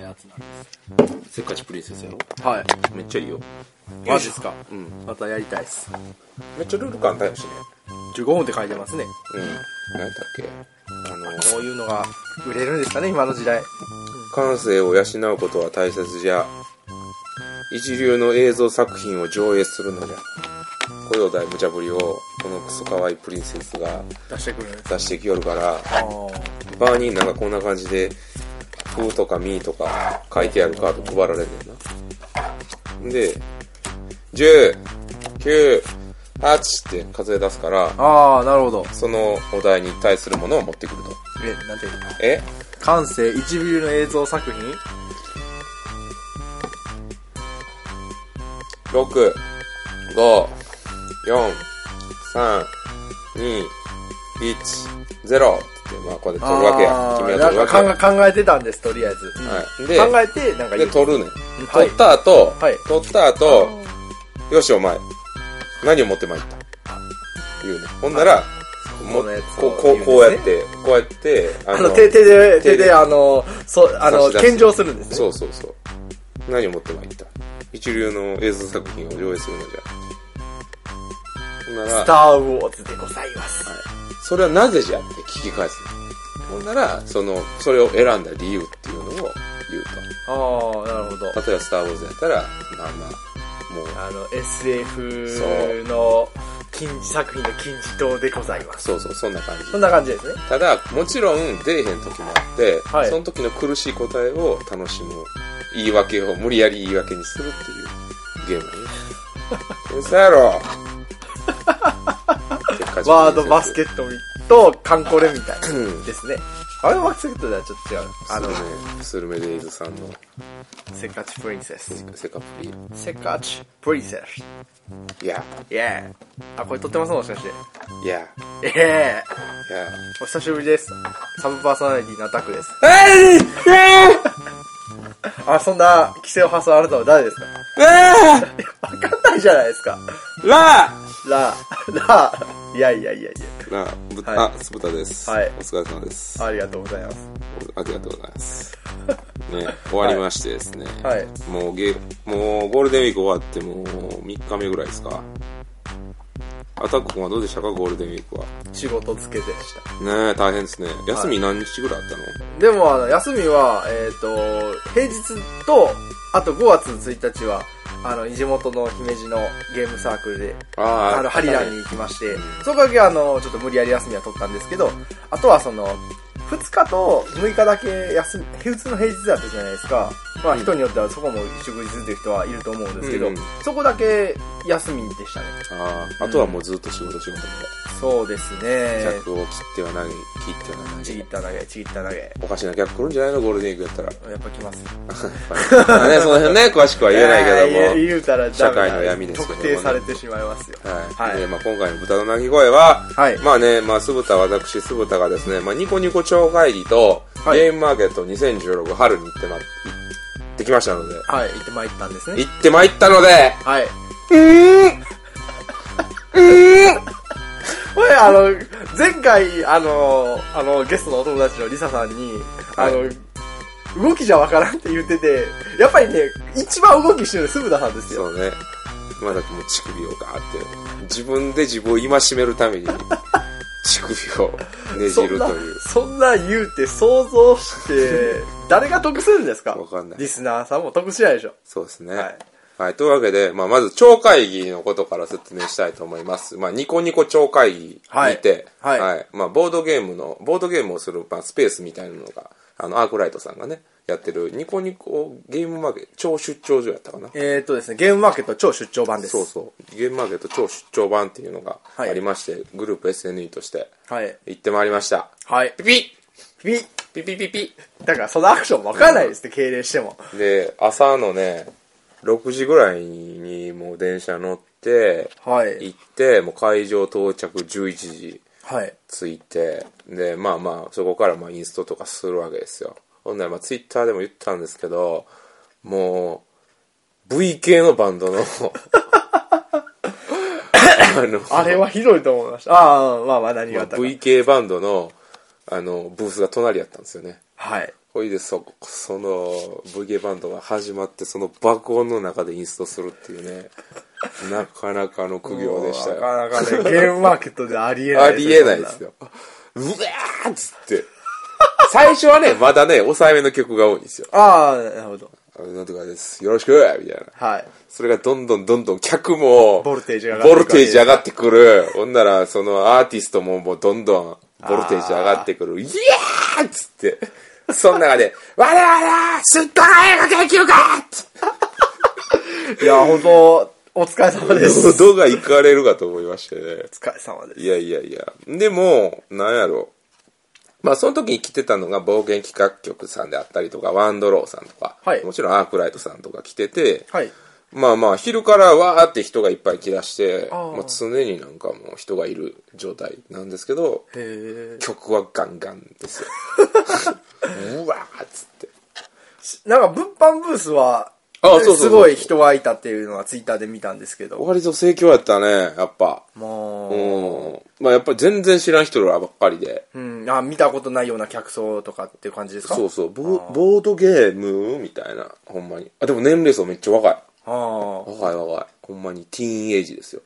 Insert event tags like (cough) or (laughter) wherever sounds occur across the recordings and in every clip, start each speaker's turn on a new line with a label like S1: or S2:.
S1: やつなんです
S2: せっかちプリンセスやろ
S1: はい
S2: めっちゃいいよ。
S1: マジっすか
S2: うん
S1: またやりたいっす
S2: めっちゃルール簡単やしね。
S1: 15分って書いてますね
S2: うん。なんだっけあの、
S1: こういうのが売れるんですかね今の時代
S2: 感性を養うことは大切じゃ一流の映像作品を上映するのじゃこよだい無茶ぶりをこのクソ可愛いプリンセスが
S1: 出してくるんです
S2: 出してきよるから
S1: あー
S2: バーになんかこんな感じで「風」とか「ミー」とか書いてあるカード配られんねんなで10988って数え出すから
S1: あーなるほど
S2: そのお題に対するものを持ってくると
S1: えなんて
S2: え
S1: 感性一流の映像作品
S2: 六、五、四、三、二、一、ゼロって、まあ、これ取るわけや
S1: あ。ー
S2: 君は取るわけ
S1: なんか考え考えてたんですとりあえず、
S2: はい
S1: で考えてなんか
S2: や。
S1: 言
S2: で、
S1: う
S2: 取るねん。
S1: うんはい
S2: 取った後
S1: はい、
S2: 取った後、よし、お前、何を持ってまいった言うね。ほんなら、も
S1: このやつ
S2: こ
S1: を
S2: う、こう、
S1: 言
S2: こう
S1: うん
S2: や
S1: で
S2: っ
S1: す
S2: て、こうやって、あ
S1: あの手手で手であのそうあ
S2: 差
S1: の
S2: し出す
S1: 献上するんですね
S2: そうそうそう。何を持ってまいった一流の映像作品を上映するのじゃ。ほんなら
S1: ス、ター・ウォーズでございます。
S2: それはなぜじゃって聞き返すのほんなら、その、それを選んだ理由っていうのを言う
S1: ああ、なるほど
S2: と。。例えば、スター・ウォーズやったら、まあまあ、もう、
S1: あの、SF
S2: そう
S1: の禁止作品の金字塔でございます。
S2: そうそう、そんな感じ
S1: そん。な感じですね。
S2: ただ、もちろん、出えへん時もあって、
S1: はい
S2: その時の苦しい答えを楽しむ。言い訳を、無理やり言い訳にするっていうゲームね。嘘やろ
S1: ワードバスケ
S2: ッ
S1: ットとカンコレみたいな
S2: うん
S1: ですね。あれはバスケットではちょっと違う。
S2: あ
S1: あ
S2: の
S1: の
S2: ね、、スルメデイズさんの
S1: せっかちプリンセス。
S2: セカプリ。
S1: せっかちプリンセス。
S2: いや、
S1: イェーイ。あ、これ撮ってますもしかして。
S2: いや、
S1: イェーイ。
S2: いや。
S1: お久しぶりです。サブパーソナリティのタクです。
S2: ええ
S1: あ、そんな規制を発するあなたは誰ですか
S2: え
S1: いやわかんないじゃないですか。
S2: ラ
S1: ラ、ラ、いやいやいやい
S2: ラぶ、
S1: はい
S2: あ、酢豚です。
S1: はい
S2: お疲れ様です。
S1: や。ありがとうございます。
S2: おありがとうございます。ね、終わりましてですね。
S1: はい
S2: もうゲ、もうゴールデンウィーク終わってもう3日目ぐらいですか。アタック君はどうでしたかゴールデンウィークは。
S1: 仕事つけてでした。
S2: ねえ、大変ですね。休み何日ぐらいあったの、
S1: でも、あの、休みは、えっ、と、平日と、あと5月1日は、あの、地元の姫路のゲームサークルで、
S2: あー
S1: あの、ハリランに行きまして、そこだけあの、ちょっと無理やり休みは取ったんですけど、あとはその、2日と6日だけ休み、普通の平日だったじゃないですか。まあ
S2: うん
S1: 人によってはそこも祝日っていう人はいると思うんですけど、
S2: うんうん
S1: そこだけ休みでしたね。
S2: あーあとはもうずっと仕事仕事み
S1: そうです
S2: たい
S1: ね
S2: な。。客を切っては投げ、切っては投
S1: ちぎっ
S2: げ。
S1: た投げ、ちぎった投げ。や
S2: おかしな客来るんじゃないのゴールデンウィークや
S1: (laughs)
S2: ったら。
S1: っぱ来ます。
S2: まあね、その辺ね、詳しくは言えない
S1: いや言
S2: け
S1: う言うたらダメだ
S2: 社会の闇ですけども
S1: 特定されてしまいますよ。
S2: ども。はい。
S1: はい
S2: で、まあ今回の豚の鳴き声は、
S1: はい
S2: まあね、まあ、酢豚、私、酢豚がですね、まあ、ニコニコ超会議と、
S1: はい
S2: ゲームマーケット2016春に行ってま、行ってきましたので、
S1: はい、行ってまいったんですね。
S2: 行ってまいったので、
S1: はい。
S2: うーん、うーん、
S1: これ、あの、前回、あの、あの、ゲストのお友達のリサさんに、あの、
S2: は
S1: 動きじゃわからんって言ってて、やっぱりね、一番動きしてるすぐださんですよ。
S2: そうね。まだもう乳首をガーって、自分で自分を戒めるために、乳首をねじ
S1: そ
S2: る
S1: ん
S2: と
S1: な
S2: いう。、
S1: そんな言うて想像
S2: (laughs)
S1: して、誰が得するんですか
S2: わかんない
S1: リスナーさんも得しないでしょ。
S2: そうですね。は
S1: はいい。
S2: というわけで、まあ、まず、超会議のことから説明したいと思います。まあ、ニコニコ超会議にて、
S1: はいはい
S2: まあ、ボードゲームの、ボードゲームをする、まあ、スペースみたいなのが、あの、アークライトさんがね、やってる、ニコニコゲームマーケット、超出張所やったかな。
S1: えーっとですね、ゲームマーケット超出張版です。
S2: そうそう。ゲームマーケット超出張版っていうのがあ
S1: はい
S2: りまして、グループ SNE として、
S1: はい。
S2: 行ってまいりました。
S1: はい。
S2: ピピ
S1: み、
S2: ッピピピピ
S1: だからそのアクションわからないですね、敬礼しても。
S2: で、朝のね、6時ぐらいにもう電車乗って、
S1: はい。
S2: 行ってもう会場到着11時
S1: はい。
S2: 着いてでまあまあそこからまあインストとかするわけですよほんならまあツイッターでも言ったんですけどもう V 系のバンドのあの
S1: あれはひどいと思いました。ああ、まあまあ何があったか。
S2: V 系バンドのあのブースが隣やったんですよね
S1: はい。
S2: ほいでそ、その、ブゲバンドが始まって、その爆音の中でインストするっていうね、なかなかの苦行でしたよ。
S1: なかなかね、ゲームマーケットでありえない。
S2: ありえないです
S1: よ。
S2: よ。うわーっつって。最初は
S1: (laughs)
S2: ね、まだね、抑えめの曲が多いんですよ。
S1: ああ、なるほど。
S2: あなんとかです。よろしくみたいな。
S1: はい。
S2: それがどんどんどんどん客も、
S1: ボルテージが上がって
S2: ボ
S1: くる
S2: ルテージ上がってくる。ほんなら、そのアーティストももうどんどんボルテージ上がってくる。イエーっつって。その中で、我々は、すっと早く研究か
S1: (laughs) いや、本当お疲れ様です。お
S2: 喉がいかれるかと思いましてね。
S1: 疲れ様です。
S2: いやいやいや。でも、なんやろまあ、その時に来てたのが冒険企画局さんであったりとか、ワンドローさんとか、
S1: はい
S2: もちろんアークライトさんとか来てて、
S1: はい。
S2: まあまあ、昼からわーって人がいっぱい来だして、
S1: あー
S2: まあ、常になんかもう人がいる状態なんですけど、
S1: へえ。
S2: 曲はガンガン
S1: (laughs)
S2: ですよ。うわーっつって。
S1: なんか、物販ブースは、
S2: あそうそうそう
S1: すごい人がいたっていうのはツイッターで見たんですけど。
S2: 割と盛況やったね、やっぱ。う
S1: も
S2: ん。まあやっぱ全然知らん人らばっかりで。
S1: う、うん、あ、見たことないような客層とかっていう感じですか
S2: そうそう、ボボードゲームみたいな、ほんまに。あ、でも年齢層めっちゃ若い。
S1: あ
S2: 若い若い。ほんまにティーンエイジですよ。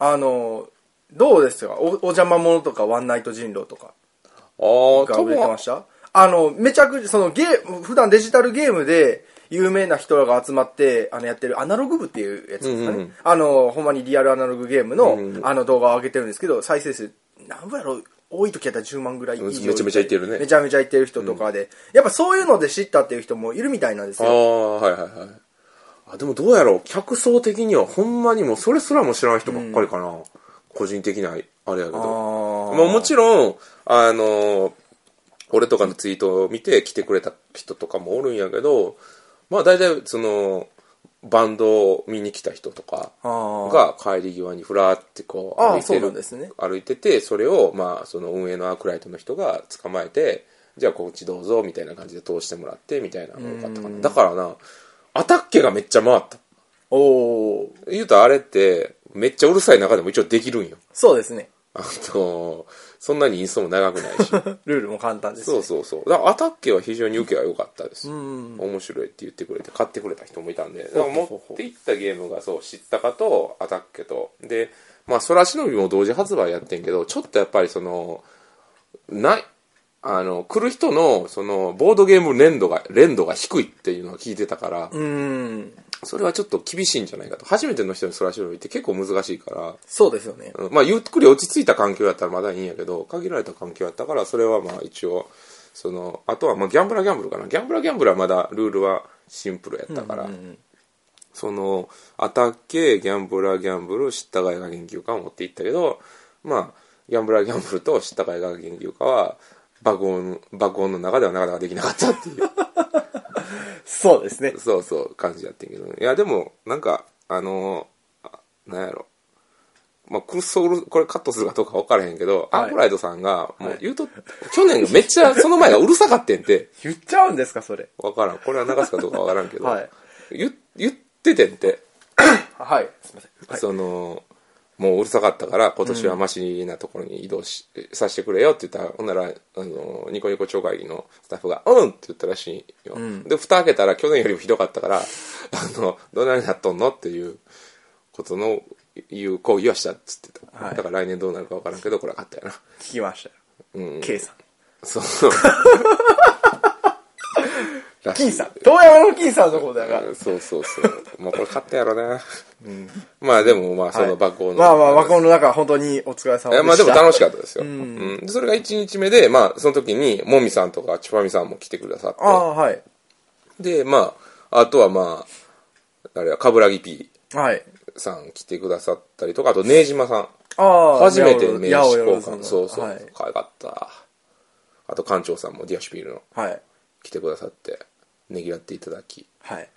S1: あ。あの、どうですかおお邪魔者とかワンナイト人狼とか
S2: あー、
S1: が
S2: 多
S1: 売れてま
S2: 分、
S1: したあの、めちゃくちゃ、そのゲー、普段デジタルゲームで有名な人らが集まって、あの、やってるアナログ部っていうやつですかね。
S2: うんうんうん
S1: あの、ほんまにリアルアナログゲームの、
S2: うんうん
S1: あの動画を上げてるんですけど、再生数、なんぼやろ多い時やったら10万ぐらい以上
S2: めちゃめちゃいってるね
S1: めちゃめちゃいってる人とかで、やっぱそういうので知ったっていう人もいるみたいなんです
S2: あ
S1: よ。
S2: ー、はいはいはい。あ、でもどうやろう、客層的にはほんまにもうそれすらも知らん人ばっかりかな。個人的なあれやけ
S1: あ
S2: ど。
S1: ー
S2: まあもちろん、あのー俺とかのツイートを見て来てくれた人とかもおるんやけど、まあ大体その、バンドを見に来た人とか、
S1: あー
S2: が帰り際にふらーってこう
S1: あー
S2: 歩いて
S1: そうな
S2: る
S1: んですね
S2: 歩いててそれをまあその運営のアークライトの人が捕まえてじゃあこっちどうぞみたいな感じで通してもらってみたいなのが多かったかなだからなアタッケがめっちゃ回った
S1: おー
S2: 言うとあれってめっちゃうるさい中でも一応できるんよ
S1: そうですね。
S2: あのそんなにインストも長くない
S1: (laughs)
S2: し
S1: ルールも簡単です、ね。
S2: そうそうそうだからアタッケは非常に受けが良かったです
S1: ん
S2: 面白いって言ってくれて買ってくれた人もいたんでだから持っていったゲームがそう知ったかとアタッケとでまあ空忍びも同時発売やってんけどちょっとやっぱりそのないあの来る人のそのボードゲーム連度が連度が低いっていうのは聞いてたから、
S1: うーん。
S2: それはちょっと厳しいんじゃないかと初めての人に空忍びって結構難しいから
S1: そうですよね。
S2: うんまあ、ゆっくり落ち着いた環境やったらまだいいんやけど、限られた環境やったから、それはまあ一応、その、あとはまあギャンブラーギャンブルかな。ギャンブラーギャンブルはまだルールはシンプルやったから、その、アタッケ、ギャンブラーギャンブル、知ったがいが研究家を持っていったけど、まあ、ギャンブラーギャンブルと知ったがいが研究家は、爆音、爆音の中ではなかなかできなかったっていう。
S1: そうですね。
S2: そうそう、感じやってんけどね。いや、でも、なんか、あのーあなんやろ。まあ、クソル、これカットするかどうか分からへんけど、
S1: はい
S2: アンコライドさんが、もう言うと、去年がめっちゃ、その前がうるさかってんて、
S1: 言っちゃうんですか、それ。
S2: 分からん。これは流すかどうか分からんけ
S1: (laughs)
S2: ど、
S1: はい
S2: 言言っててんて、
S1: はい。すいません。はい。
S2: その、もううるさかったから、今年はマシなところに移動し、させてくれよって言ったら、ほんなら、あの、ニコニコ超会議のスタッフが、うんって言ったらしいよ。で、蓋開けたら去年よりもひどかったから、あの、どないなっとんのっていうことの、いう抗議はしたっつってた。
S1: はい
S2: だから来年どうなるかわからんけど、これは勝ったよな。
S1: 聞きましたよ。
S2: うん。
S1: K さん。
S2: そう。らしい
S1: (laughs) 金さん。遠山の金さんのことだから。
S2: そうそうそう。まあこれ勝ったやろな。まあでも、まあその爆音の。
S1: まあまあ、爆音の中、本当にお疲れ様でした。
S2: いやまあでも楽しかったですよ。うんでそれが1日目で、まあその時に、もみさんとかちゅぱみさんも来てくださ
S1: ああ、
S2: っ
S1: はい。
S2: て、で、まあ、あとはまあ、あれは、かぶらぎ P
S1: はい。
S2: さん来てくださったりとか、あと、ねいじまさん。
S1: ああ、
S2: 初めて名刺
S1: やお
S2: 交
S1: やおやさん
S2: 換。
S1: の
S2: そうそう。
S1: はい。
S2: 可愛かった。あと、館長さんもディアシュピールの
S1: はい。
S2: 来てくださって、ねぎらっていただき。
S1: はい。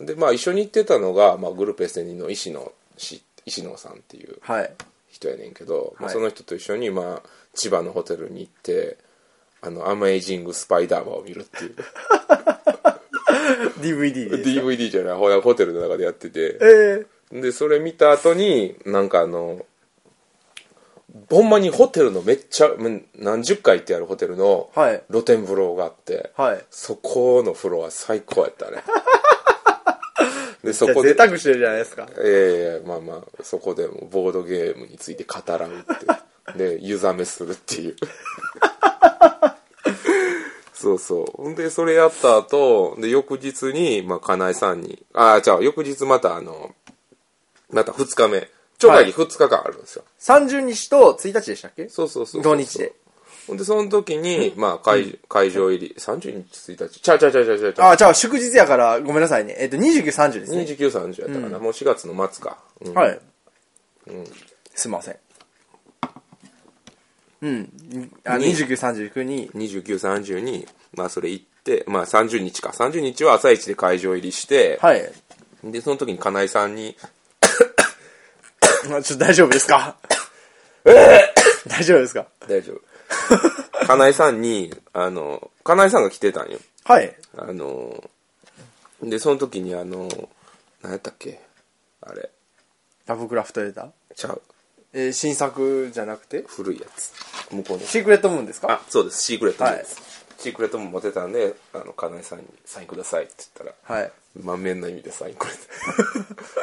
S2: で、まあ一緒に行ってたのが、まあグループ SND の石野し、石野さんっていう
S1: はい。
S2: 人やねんけど、まあ
S1: はい
S2: その人と一緒に、まあ、千葉のホテルに行ってあのアメイジング・スパイダーマンを見るっていう
S1: (laughs) DVD です。
S2: DVD じゃないほらホテルの中でやってて
S1: ええ
S2: でそれ見た後になんかあのほんまにホテルのめっちゃうん何十回ってあるホテルの
S1: はい
S2: 露天風呂があって、
S1: はい
S2: そこの風呂は最高やっ
S1: (laughs)
S2: たねでそ
S1: じゃあ
S2: こ
S1: 贅
S2: で
S1: 沢してるじゃないですか
S2: いやいやいやまあまあそこでもボードゲームについて語らうっ
S1: (laughs)
S2: ていうで湯冷めするっていう (laughs) そうそうほんでそれやった後で翌日に、まあ、金井さんにああじゃあ翌日またあのまた2日目超会議2日間あるんですよ、
S1: 30日と1日でしたっけ
S2: そうそうそう
S1: 土日で
S2: ほんでその時に、まあ、会会場入り30日1日ちゃうちゃうちゃうちゃうちゃうちゃう
S1: あじゃあ祝日やからごめんなさいねえっと2930ですね、
S2: 2930やったかな、もう4月の末か、うん
S1: はい、すいませんうんあ
S2: に
S1: 2939に
S2: 2930にまあそれ行ってまあ30日か30日は朝一で会場入りして、
S1: はい (laughs)
S2: でその時に金井さんに
S1: あちょっと大丈夫ですか (laughs) 大丈夫ですか
S2: 大丈夫 (laughs) 金井さんにあの金井さんが来てたんよ
S1: はい
S2: あのでその時にあの何やったっけあれ
S1: ラブクラフトレーター、
S2: ちゃう
S1: えー新作じゃなくて
S2: 古いやつ向こうの
S1: シークレットムーンですか
S2: あそうですシークレットもです、シークレットも持ってたんであの金井さんにサインくださいって言ったら
S1: はい
S2: 満面の意味でサインくれて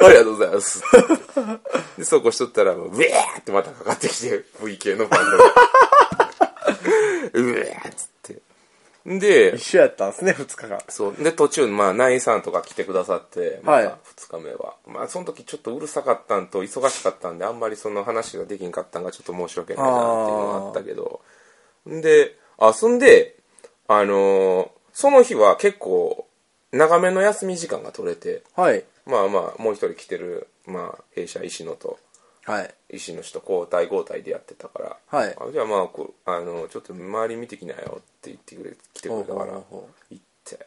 S2: (laughs) ありがとうございますでそうこうしとったらもうウェーってまたかかってきて VK のバン (laughs) ドがウェーっつってで
S1: 一緒やったんですね2日間
S2: そうで途中まあナインさんとか来てくださってま
S1: はい
S2: た2日目は、まあその時ちょっとうるさかったんと忙しかったんであんまりその話ができんかったんがちょっと申し訳ないなっていうのがあったけどであそんであのーその日は結構長めの休み時間が取れて
S1: はい
S2: まあまあもう一人来てる、まあ、弊社石野と
S1: はい
S2: 石野氏と交代交代でやってたから、
S1: はい
S2: あじゃあまあこあのちょっと周り見てきなよって言ってくれ来てくれたか
S1: ほう
S2: ら
S1: ほう
S2: 行
S1: ほ
S2: って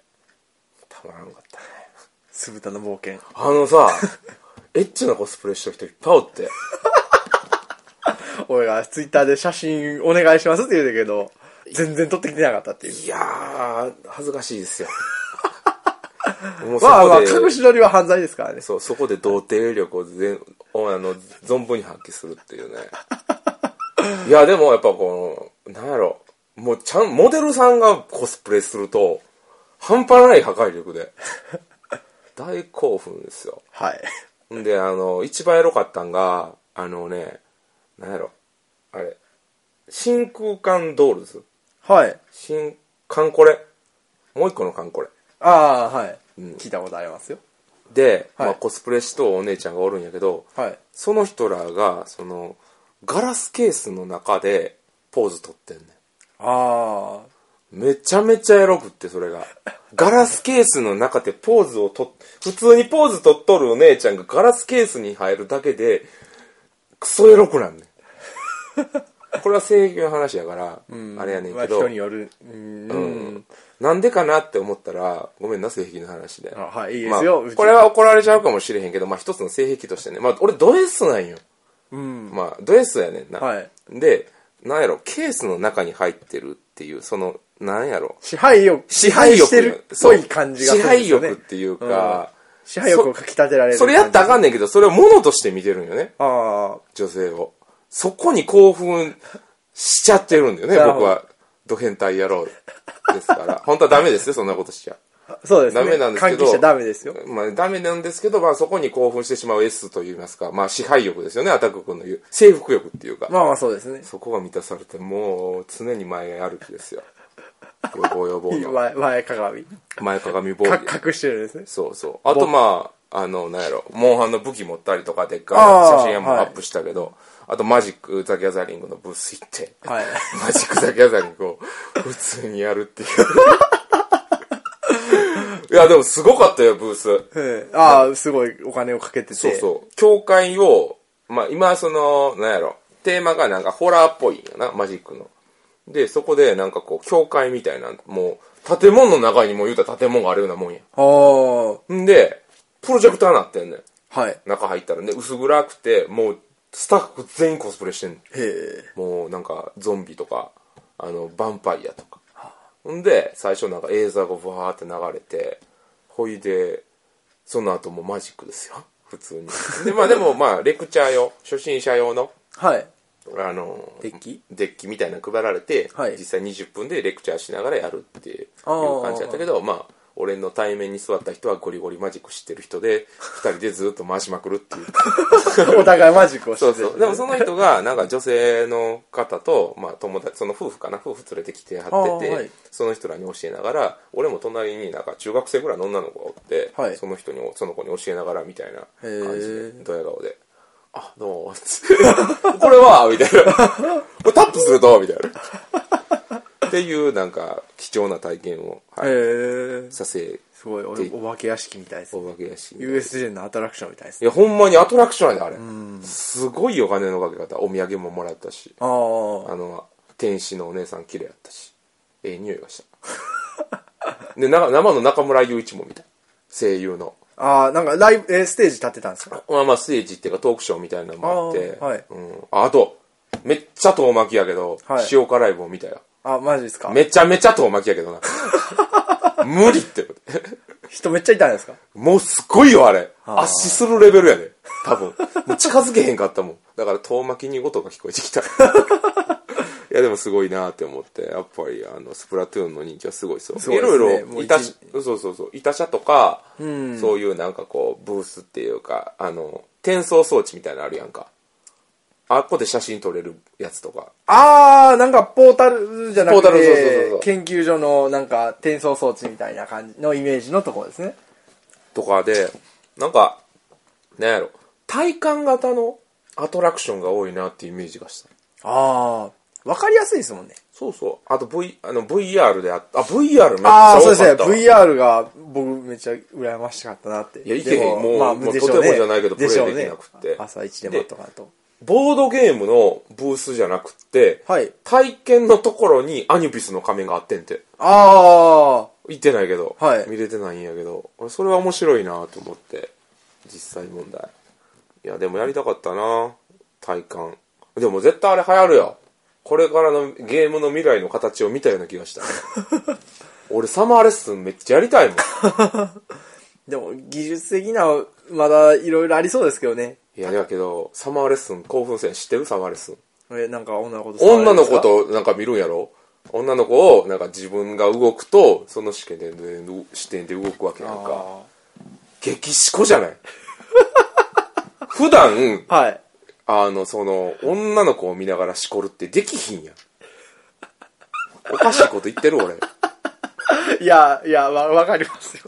S2: たまらんかったね
S1: 酢豚の冒険
S2: あのさ (laughs) エッチなコスプレした人いっぱいおって
S1: 俺がツイッターで写真お願いしますって言うたけど全然撮ってきてなかったっていう
S2: いやー恥ずかしい
S1: (laughs)
S2: ですよもうそこで、
S1: まあまあ隠し撮りは犯罪ですからね
S2: そうそこで童貞力を全おあの存分に発揮するっていう
S1: (laughs)
S2: ねいやでもやっぱこのなんやろもうちゃんモデルさんがコスプレすると半端ない破壊
S1: (laughs)
S2: 力で大興奮ですよ (laughs)
S1: はい
S2: んであの一番エロかったんがあのねなんやろあれ真空管ドールズ
S1: はい
S2: 真カンコレもう一個のカンコレ
S1: ああはい、聞いたことありますよ
S2: で、
S1: はい
S2: まあ、コスプレしとうお姉ちゃんがおるんやけど、
S1: はい
S2: その人らが、その、ガラスケースの中でポーズ撮ってんね
S1: ああ
S2: ん。めちゃめちゃエロくって、それが。ガラスケースの中でポーズをとっ、普通にポーズ撮っとるお姉ちゃんがガラスケースに入るだけで、クソエロくなんねん。これは性欲の話やから、あれやねん
S1: まあ
S2: けど、
S1: 人によるうん
S2: うんなんでかなって思ったら、ごめんな、性癖の話で。
S1: あはいいいですよ
S2: まあ
S1: うち
S2: これは怒られちゃうかもしれへんけど、まあ一つの性癖としてね。まあ俺ド S なんよ。
S1: うん
S2: まあド S やねんな。
S1: はい
S2: で、なんやろ、ケースの中に入ってるっていう、その、なんやろ。
S1: 支配欲
S2: 支配欲。
S1: してるっぽい感じがするんですよ、ね、
S2: 支配欲っていうか、
S1: 支配欲をかき立てられる
S2: それやったらあかんねんけど、それを物として見てるんよね。
S1: あ
S2: 女性を。そこに興奮しちゃってるんだよね、
S1: なるほ
S2: 僕
S1: ど
S2: は。ド変態野郎ですから。 (laughs) 本当はダメですよ、そんなことしちゃ。
S1: あそうですね
S2: ダメなんですけど
S1: 換気しちゃダメですよ
S2: まあ、ダメなんですけど、まあ、そこに興奮してしまう S と言いますか、まあ、支配欲ですよね、アタック君の言う。征服欲っていうか。
S1: まあまあそうですね
S2: そこが満たされて、もう、常に前歩きで
S1: (laughs)
S2: すよ。予防予防の。
S1: 前前かがみ
S2: 前かがみ防御。
S1: か隠してるんですね
S2: そうそう。あと、まあ、あの、なんやろ、モンハンの武器持ったりとかでっ
S1: あ
S2: か
S1: ー
S2: い写真も
S1: はい
S2: アップしたけど、あと、マジック・ザ・ギャザリングのブース
S1: (laughs)
S2: 行って、 (laughs)
S1: はい
S2: マジック・ザ・ギャザリングを普通にやる
S1: (laughs)
S2: っていう。いや、でもすごかったよ、ブース。
S1: うんああすごいお金をかけてて
S2: そうそう。教会を、まあ今その、なんやろ、テーマがなんかホラーっぽいんやな、マジックの。で、そこでなんかこう、教会みたいな、もう、建物の中にもう言うたら建物があるようなもんや。
S1: あ
S2: んで、プロジェクターなってんねん。
S1: あはい
S2: 中入ったらね、薄暗くて、もう、スタッフ全員コスプレしてんねん。
S1: へえ
S2: もうなんかゾンビとかあのヴァンパイアとかほんで最初なんか映像がブワーって流れてほいでその後もう
S1: (laughs)
S2: マジックですよ普通にでまあでもまあレクチャー用初心者用の
S1: はい
S2: あの
S1: デッキ
S2: デッキみたいなの配られて、
S1: はい
S2: 実際20分でレクチャーしながらやるっていう感じだったけどまあ俺の対面に座った人はゴリゴリマジック知ってる人で2人でずっと回しまくるっていう
S1: (laughs) お互いマジックをして
S2: そう
S1: て
S2: そうでもその人がなんか女性の方と、まあ、友達その夫婦かな夫婦連れてきてはってて、
S1: あーはい
S2: その人らに教えながら俺も隣になんか中学生ぐらいの女の子がおって、
S1: はい
S2: その人にその子に教えながらみたいな感じ
S1: へ
S2: で
S1: ー
S2: ドヤ顔で「あどうも」つって (laughs) 「これは」みたいな「これタップすると」みたいなっていうなんか貴重な体験を、はい
S1: へえ
S2: させ
S1: すごい俺お化け屋敷みたいです
S2: お化けやしい
S1: USJ のアトラクションみたいです
S2: やほんまにアトラクションやであれすごいお金のかけ方お土産ももらったし
S1: ああ
S2: あの天使のお姉さん綺麗やったしええ匂いがした (laughs) でな生の中村雄一も見た声優の
S1: ああなんかライブ、えーステージ立ってたんですか
S2: まあまあステージっていうかトークショーみたいなのもあって
S1: あーはい
S2: うん、ああとめっちゃ遠巻きやけど、
S1: はい
S2: 塩辛い棒見たよ
S1: あマジですか
S2: めちゃめちゃ遠巻きやけど
S1: (laughs)
S2: な無理ってこと
S1: 人めっちゃいたんですか
S2: もうすごいよ、あれ。
S1: あー
S2: 圧死するレベルやで。多分。もう近づけへんかったもん。だから遠巻きに音が聞こえて
S1: (laughs)
S2: きた。いや、でもすごいなって思って、やっぱり、あの、スプラトゥーンの人気はすごいそう。
S1: そうで
S2: い
S1: すね
S2: ろい
S1: もう
S2: ろ、
S1: 一
S2: いたし、そうそうそう、いたしゃとか、そういうなんかこう、ブースっていうか、あの、転送装置みたいなのあるやんか。あっこで写真撮れるやつとか。
S1: ああなんかポータルじゃなく
S2: ポータルそうそうそうそ
S1: て
S2: う
S1: 研究所のなんか転送装置みたいな感じのイメージのところですね
S2: とかで、なんか、なんやろ、体感型のアトラクションが多いなっていうイメージがした。
S1: ああわかりやすいですもんね
S2: そうそう。あと V、あの VR であっあ、VR めっち
S1: あ
S2: ゃ
S1: あそうで
S2: 多
S1: す
S2: か
S1: ね
S2: ったわ。
S1: VR が僕めっちゃ羨ましかったなってい
S2: やいけへんもうもうとてもじゃないけどプレイできなくって
S1: 朝一で待っとかんと
S2: ボードゲームのブースじゃなくって、
S1: はい
S2: 体験のところにアニュビスの仮面があってんて。
S1: ああ
S2: 行ってないけど、
S1: はい
S2: 見れてないんやけど、俺それは面白いなと思って、実際問題。いや、でもやりたかったな体感。でも絶対あれ流行るよ。これからのゲームの未来の形を見たような気
S1: (laughs)
S2: がした。俺サマーレッスンめっちゃやりたいもん。
S1: でも技術的なまだいろいろありそうですけどね
S2: いや、だけど、サマーレッスン興奮せん知ってるサマーレッスン。
S1: えなんか女の子と
S2: 女の子となんか見るんやろ女の子をなんか自分が動くと、その視点で、視点で動くわけやんか。
S1: あ
S2: 激しこじゃない (laughs) 普段、
S1: ーはい
S2: あの、その、女の子を見ながらしこるってできひんやん。おかしいこと言ってる俺。
S1: いやいやわわかりますよ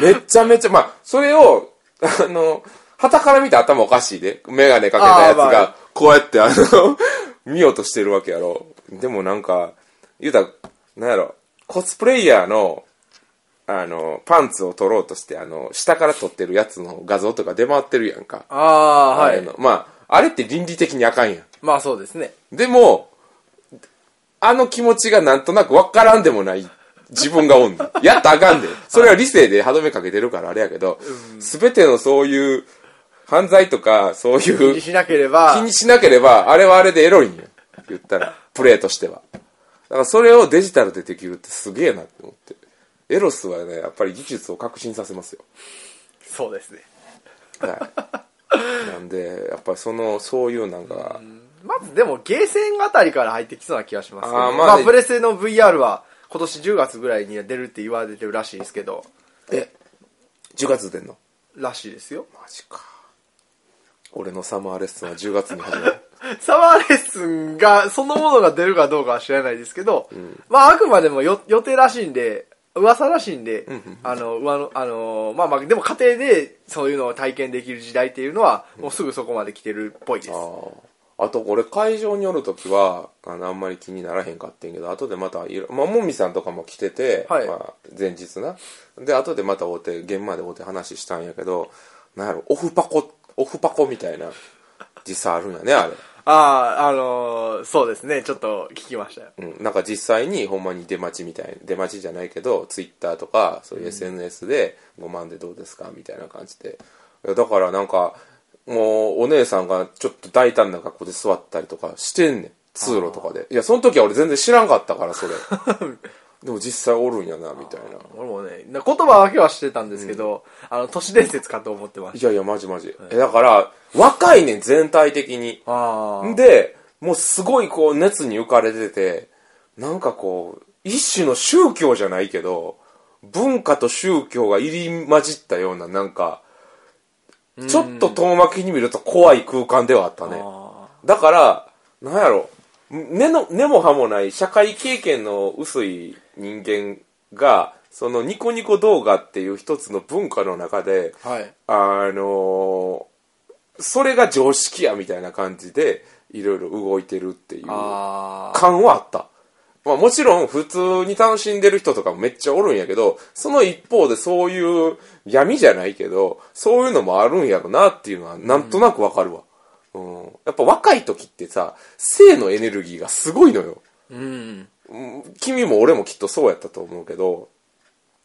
S2: めっちゃめちゃ、まあ、それを、あの、旗から見て頭おかしいで。メガネかけたや
S1: あー
S2: つ
S1: まあ
S2: が、こうやって、あの、 (laughs) 見ようとしてるわけやろ。でもなんか、言うたら、なんやろ、コスプレイヤーの、あの、パンツを取ろうとして、あの、下から撮ってるやつの画像とか出回ってるやんか。
S1: ああは
S2: あれ
S1: い
S2: のまあ、あれって倫理的にあかんやん。
S1: まあそうですね
S2: でも、あの気持ちがなんとなくわからんでもない自分がおん (laughs) ねん。やったらあかんで。それは理性で歯止めかけてるからあれやけど、すべてのそういう犯罪とか、そう
S1: 気
S2: い
S1: に
S2: う
S1: しなければ
S2: 気にしなければ、あれはあれでエロいんや。言ったら、プレイとしては。だからそれをデジタルでできるってすげえなって思って。エロスはね、やっぱり技術を革新させますよ。
S1: そうですね
S2: はい。 (laughs) なんで、やっぱりその、そういうなんか、
S1: まずでもゲーセンあたりから入ってきそうな気がしますけど、
S2: あー
S1: ま
S2: ま
S1: あ
S2: あ
S1: プレステの VR は今年10月ぐらいには出るって言われてるらしいですけど
S2: え、10月出んの
S1: らしいですよ
S2: マジか俺のサマーレッスンは10月に始ま
S1: (laughs)
S2: る
S1: サマーレッスンがそのものが出るかどうかは知らないですけど、まああくまでもよ予定らしいんで噂らしいんで、あの、上の、あの、まあまあ、でも家庭でそういうのを体験できる時代っていうのは、もうすぐそこまで来てるっぽいです。
S2: ああと俺会場におる時はあのあんまり気にならへんかってんけど後でまたいろまあもみさんとかも来てて、
S1: はい
S2: まあ、前日なで後でまた大手現場で大手話したんやけどなんやろオフパコオフパコみたいな実際あるんやねあれ
S1: ああ、あのーそうですね、ちょっと聞きましたよ。
S2: うん、なんか実際にほんまに出待ちみたいな出待ちじゃないけどツイッターとかそういう SNS で5万でどうですかみたいな感じでいやだからなんかもうお姉さんがちょっと大胆な格好で (laughs) 座ったりとかしてんねん通路とかでいやその時は俺全然知らんかったからそれでも実際おるんやなみたいな
S1: 俺もね、な言葉だけはしてたんですけど、あの、都市伝説かと思ってまし
S2: いやいやマジマジ、えだから若いねん全体的に
S1: た。ああ。
S2: でもうすごいこう熱に浮かれててなんかこう一種の宗教じゃないけど文化と宗教が入り混じったようななんかちょっと遠巻きに見ると怖い空間ではあったね
S1: あ
S2: だからなんやろ根の根も葉もない社会経験の薄い人間がそのニコニコ動画っていう一つの文化の中で
S1: ーはい。
S2: あのーそれが常識やみたいな感じで、いろいろ動いてるっていう
S1: ああ。
S2: 感はあった。まあもちろん普通に楽しんでる人とかもめっちゃおるんやけど、その一方でそういう闇じゃないけど、そういうのもあるんやろなっていうのはなんとなくわかるわ。うん。やっぱ若い時ってさ、性のエネルギーがすごいのよ。
S1: うん。
S2: うん君も俺もきっとそうやったと思うけど、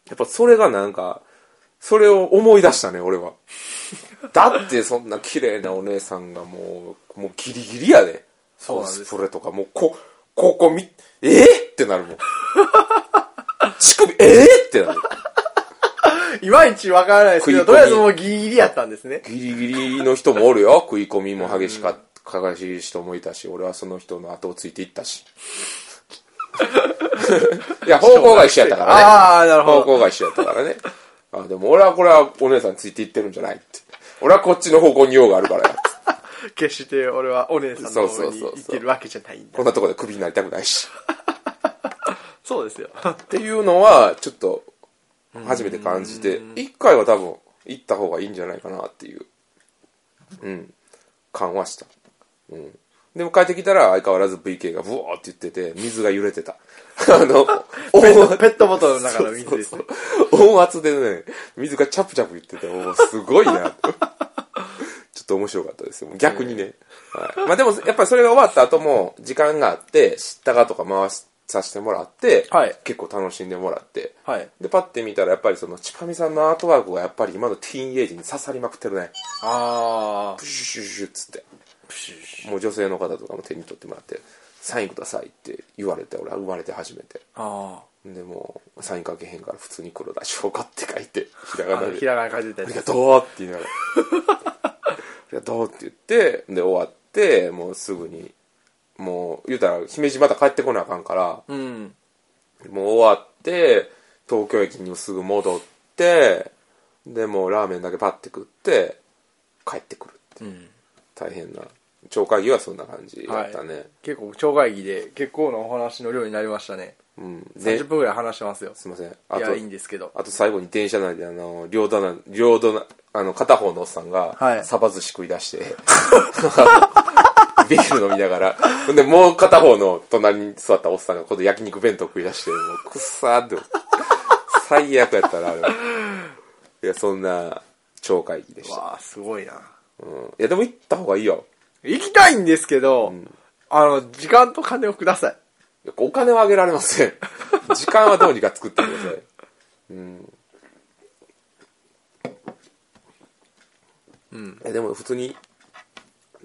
S2: やっぱそれがなんか、それを思い出したね、
S1: (laughs)
S2: 俺は。だってそんな綺麗なお姉さんがもう、もうギリギリやで。
S1: そうなんです
S2: コスプレとか、もうこ、ここみ、えー、ってなる
S1: (laughs)
S2: もん。乳首、えー、ってなる。
S1: いまいちわからないですけど、
S2: 食
S1: と
S2: い
S1: り
S2: 込み
S1: あえずもうギリギリやったんですね。
S2: ギリギリの人もおるよ。食い込みも激しかった、悲しい人もいたし、俺はその人の後をついていっ
S1: (laughs)
S2: たし。いや、方向が一緒やったからね。
S1: ああ、なるほ
S2: 方
S1: ど。
S2: 向が一緒やったからね。あでも俺はこれはお姉さんについていってるんじゃないって。俺はこっちの方向に用があるからや。
S1: 決して俺はお姉さんの
S2: そうそ
S1: 方
S2: うそう
S1: に
S2: そう
S1: 行ってるわけじゃないんだ
S2: こん。なとこでクビになりたくないし。
S1: そう
S2: (laughs)
S1: ですよ。
S2: っていうのは、ちょっと、初めて感じて、一回は多分、行った方がいいんじゃないかなっていう、うん、感はした。うん。でも帰ってきたら、相変わらず VK がブワーって言ってて、水が揺れてた。 (laughs) あの、
S1: ペットペットボトルの中の水ですね。
S2: 音圧でね、水がチャプチャプ言って
S1: (laughs)
S2: て、おーすごいな。ちょっと面白かったですよ。逆にね。はい、まあでも、やっぱりそれが終わった後も、時間があって、知ったかとか回しさせてもらって、
S1: はい
S2: 結構楽しんでもらって。
S1: はい。
S2: で、パッて見たら、やっぱりその、ちぱみさんのアートワークが、やっぱり今のティーンエイジに刺さりまくってるね。
S1: ああ。
S2: プシュシュシュシュっつって。もう女性の方とかも手に取ってもらって、サインくださいって言われて、俺は生まれて初めて。
S1: あ
S2: でもうサイン書けへんから普通に黒田翔子って書いてひ
S1: (laughs)
S2: ら
S1: あ
S2: がな
S1: の。
S2: で
S1: ひらがな書いてた
S2: あ
S1: や
S2: り
S1: つ
S2: が。とうって言い
S1: (laughs)
S2: ながらありがとうって言ってで終わってもうすぐにもう言うたら姫路また帰ってこなあかんから
S1: うん。
S2: もう終わって東京駅にもすぐ戻ってでもうラーメンだけパッて食って帰ってくるって
S1: うん。
S2: 大変な超会議はそんな感じだったね、
S1: 結構、超会議で結構なお話の量になりましたね。
S2: うんで
S1: 30分ぐらい話してますよ。
S2: すいません
S1: いや、いいんですけど。
S2: あと最後に電車内であの、両隣、両隣、あの、片方のおっさんが、
S1: はい
S2: サバ寿司食い出して、 (laughs) ビール飲みながら、ほんで、もう片方の隣に座ったおっさんが、今度焼肉弁当食い出して、もう、くっさーって、最悪やったら、あれは。いや、そんな、超会議でした。
S1: わあ、すごいな。
S2: うん。いや、でも行った方がいいよ。
S1: 行きたいんですけど、あの、時間と金をください。
S2: いやお金はあげられま (laughs) せん。時間はどうにか作ってください。うん。うん。でも普通に、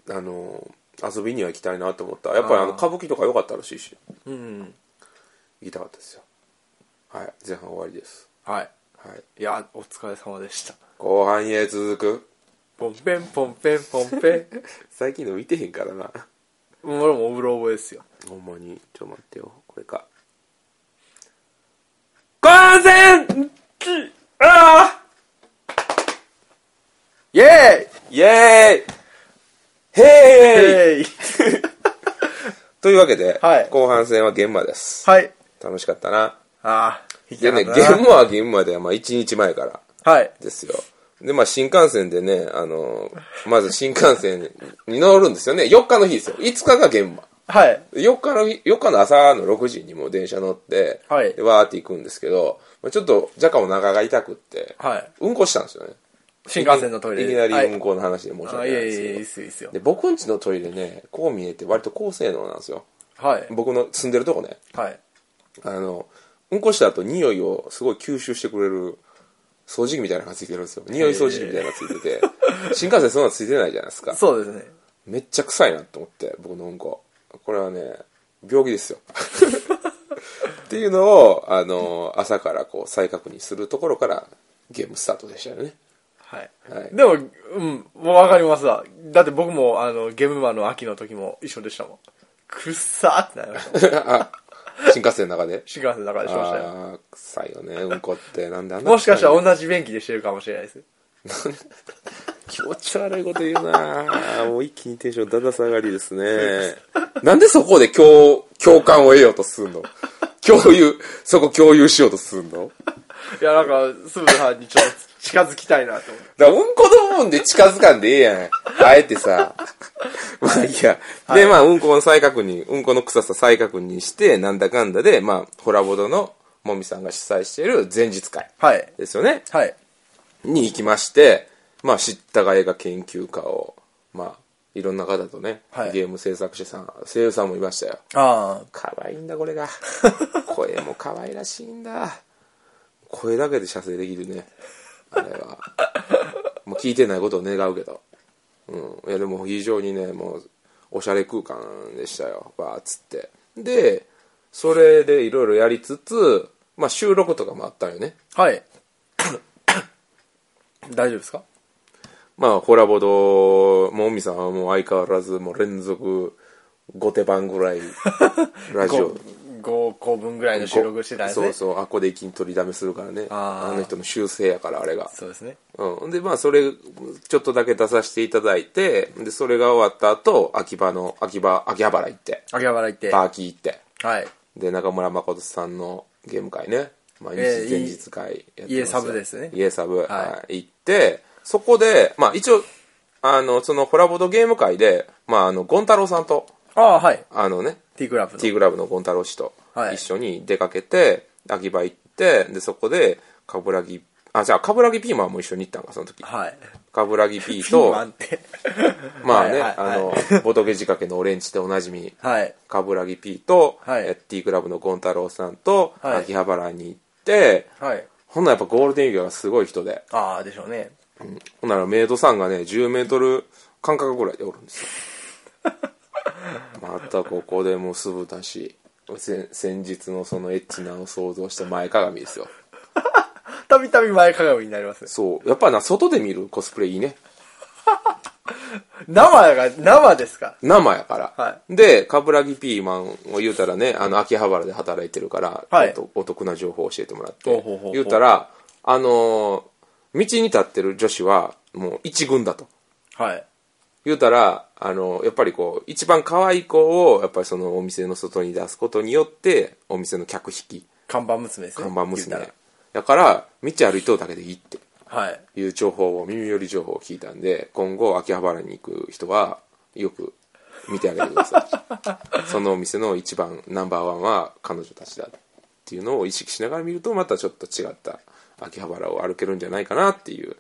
S2: あの、遊びには行きたいなと思った。やっぱりあ
S1: あ
S2: の、
S1: ー
S2: 歌舞伎とか良かったらしいし、
S1: うん。
S2: 行きたかったですよ。はい。前半終わりです。
S1: はい。
S2: はい。
S1: いや、お疲れ様でした。
S2: 後半へ続く。
S1: ポンペン、ポンペン、ポンペ
S2: 最近の見てへんからな。
S1: ン。もう俺もオブロ覚えですよ。
S2: ほんまに。ちょっと待ってよ。これか。完全ああ
S1: イェーイ
S2: イェーイへーい
S1: イェーイ
S2: というわけで、
S1: はい
S2: 後半戦は現場です。
S1: はい。
S2: 楽しかったな。
S1: ああ、引
S2: いやね、
S1: か
S2: 現
S1: ったな
S2: 場は現場で、まあ1日前から
S1: はい。
S2: ですよ。で、まあ新幹線でね、あの、まず新幹線に乗るんですよね。4日の日ですよ。5日が現場。
S1: はい。
S2: 4日の日、4日の朝の6時にもう電車乗って、
S1: はい
S2: で、わーって行くんですけど、まあちょっと若干お腹が痛くって、
S1: はい。
S2: うんこしたんですよね。
S1: 新幹線のトイレ
S2: いきな
S1: は
S2: りうん
S1: い
S2: この話で申し訳
S1: あ
S2: ないいん
S1: や
S2: で
S1: い
S2: す
S1: やいや、い
S2: け
S1: いっ
S2: ど。
S1: すよ、いいっすよ
S2: で、。僕んちのトイレね、こう見えて割と高性能なんですよ。
S1: はい。
S2: 僕の住んでるとこね。
S1: はい。
S2: あの、うんこした後匂いをすごい吸収してくれる掃除機みたいなのがついてるんですよ。匂い掃除機みたいなのがつい
S1: (laughs)
S2: てて、新幹線そんなのついてないじゃないですか。
S1: そうですね。
S2: めっちゃ
S1: (laughs)
S2: 臭いなと思って、僕のうんこ。これはね、病気ですよ。っていうのを、あの、朝からこう、再確認するところから、ゲームスタートでしたよ
S1: (laughs)
S2: ね。
S1: はい。
S2: はい
S1: でも、うん、もうわかりますわ。だって僕も、あの、ゲームマンの秋の時も一緒でしたもん。くっさーってなりましたもん。
S2: あ、新幹線の中で。
S1: 新幹線の中でしましたよ。
S2: ああ、臭いよね、うんこって。なんであんな
S1: もしかしたら同じ便器でしてるかもしれないです。
S2: 気持ち悪いこと言うなぁ (laughs) もう一気にテンションだんだん下がりですね。なんでそこで共共感を得ようとすんの共有、そこ共有しようとすんの
S1: いや、なんか、すぶさんにちょっと近づきたいなと思って。
S2: だからうんこの部分で近づかんでええやん。あえてさ。まあいいや。で、まあ、うんこの再確認、うんこの臭さ再確認して、なんだかんだで、まあ、ホラボドのもみさんが主催している前日会
S1: はい。
S2: ですよね。
S1: はい。
S2: に行きまして、まあ、知ったが映画研究家を、まあ、いろんな方とね、
S1: はい
S2: ゲーム制作者さん、声優さんもいましたよ。
S1: あ
S2: 可愛いんだ、これ
S1: (laughs)
S2: が。声も可愛らしいんだ。声だけで射精できるね。あれは。もう聞いてないことを願うけど。うん。いや、でも非常にね、もう、おしゃれ空間でしたよ。わーっつって。で、それでいろいろやりつつ、まあ、収録とかもあったよね。
S1: あ。はい。 (coughs) 大丈夫ですか
S2: まあ、コラボと、もう、みさんはもう相変わらず、もう連続、5手番ぐ
S1: (laughs)
S2: らい、ラジオ。
S1: 5、5個分ぐらいの収録してたんですね。
S2: そうそう、あっこで一気に取りだめするからね。
S1: あ
S2: あ
S1: ー
S2: の人の修正やから、あれが。
S1: そうですね。
S2: うん。で、まあ、それ、ちょっとだけ出させていただいて、で、それが終わった後、秋葉の、秋葉、秋葉原行って、
S1: 秋葉原行って。
S2: パ
S1: は
S2: ーキー行って、
S1: い。
S2: で、中村誠さんのゲーム会ね。毎日
S1: えー
S2: 前日会やってますよ
S1: 家サブですね
S2: 家サブ。はい。行って、そこで、まあ一応、あの、そのコラボドゲーム会で、まああの、ゴン太郎さんと、
S1: ああ、はい。
S2: あのね、
S1: ティークラブの。
S2: T グラブのゴン太郎氏と
S1: はい
S2: 一緒に出かけて、秋葉行って、で、そこで、カブラギ、あ、じゃあ、カブラギピーマンも一緒に行ったんか、その時。
S1: はい。
S2: カブラギピー
S1: ピー
S2: と、
S1: マンって。
S2: まあね、
S1: はいはい
S2: あの、ボトゲ仕掛けのオレンジでおなじみ、
S1: はい。
S2: カブラギ P と、
S1: はい
S2: え T クラブのゴン太郎さんと、
S1: はい
S2: 秋葉原に行って、
S1: はい。
S2: ほんならやっぱゴールデンウィークがすごい人で、
S1: ああ、でしょうね。
S2: ほんならメイドさんがね、10メートル間隔ぐらいでおる
S1: (laughs)
S2: んですよ。またここでもうすぶたし、先先日のそのエッチなのを想像した前かがみですよ。
S1: たびたび前かがみになります。
S2: そう。やっぱな、外で見るコスプレいいね。
S1: 生が、生ですか
S2: 生やから。
S1: は
S2: で、カブラギピーマンを言うたらね、あの、秋葉原で働いてるから、
S1: はい
S2: おとお得な情報を教えてもらっ
S1: ほうほ
S2: て
S1: うほうほ、う
S2: 言うたら、あのー道に立ってる女子は、もう一軍だと。
S1: はい。
S2: 言うたら、あの、やっぱりこう、一番可愛い子を、やっぱりそのお店の外に出すことによって、お店の客引き、
S1: 看板娘ですね。
S2: 看板
S1: 言う
S2: 娘
S1: た。
S2: だから、道歩いとうだけでいいって
S1: らはい。
S2: いう情報を、耳寄り情報を聞いたんで、今後秋葉原に行く人は、よく見てあげてくださ
S1: (laughs)
S2: い。そのお店の一番ナンバーワンは彼女たちだっていうのを意識しながら見ると、またちょっと違った秋葉原を歩けるんじゃないかなっていう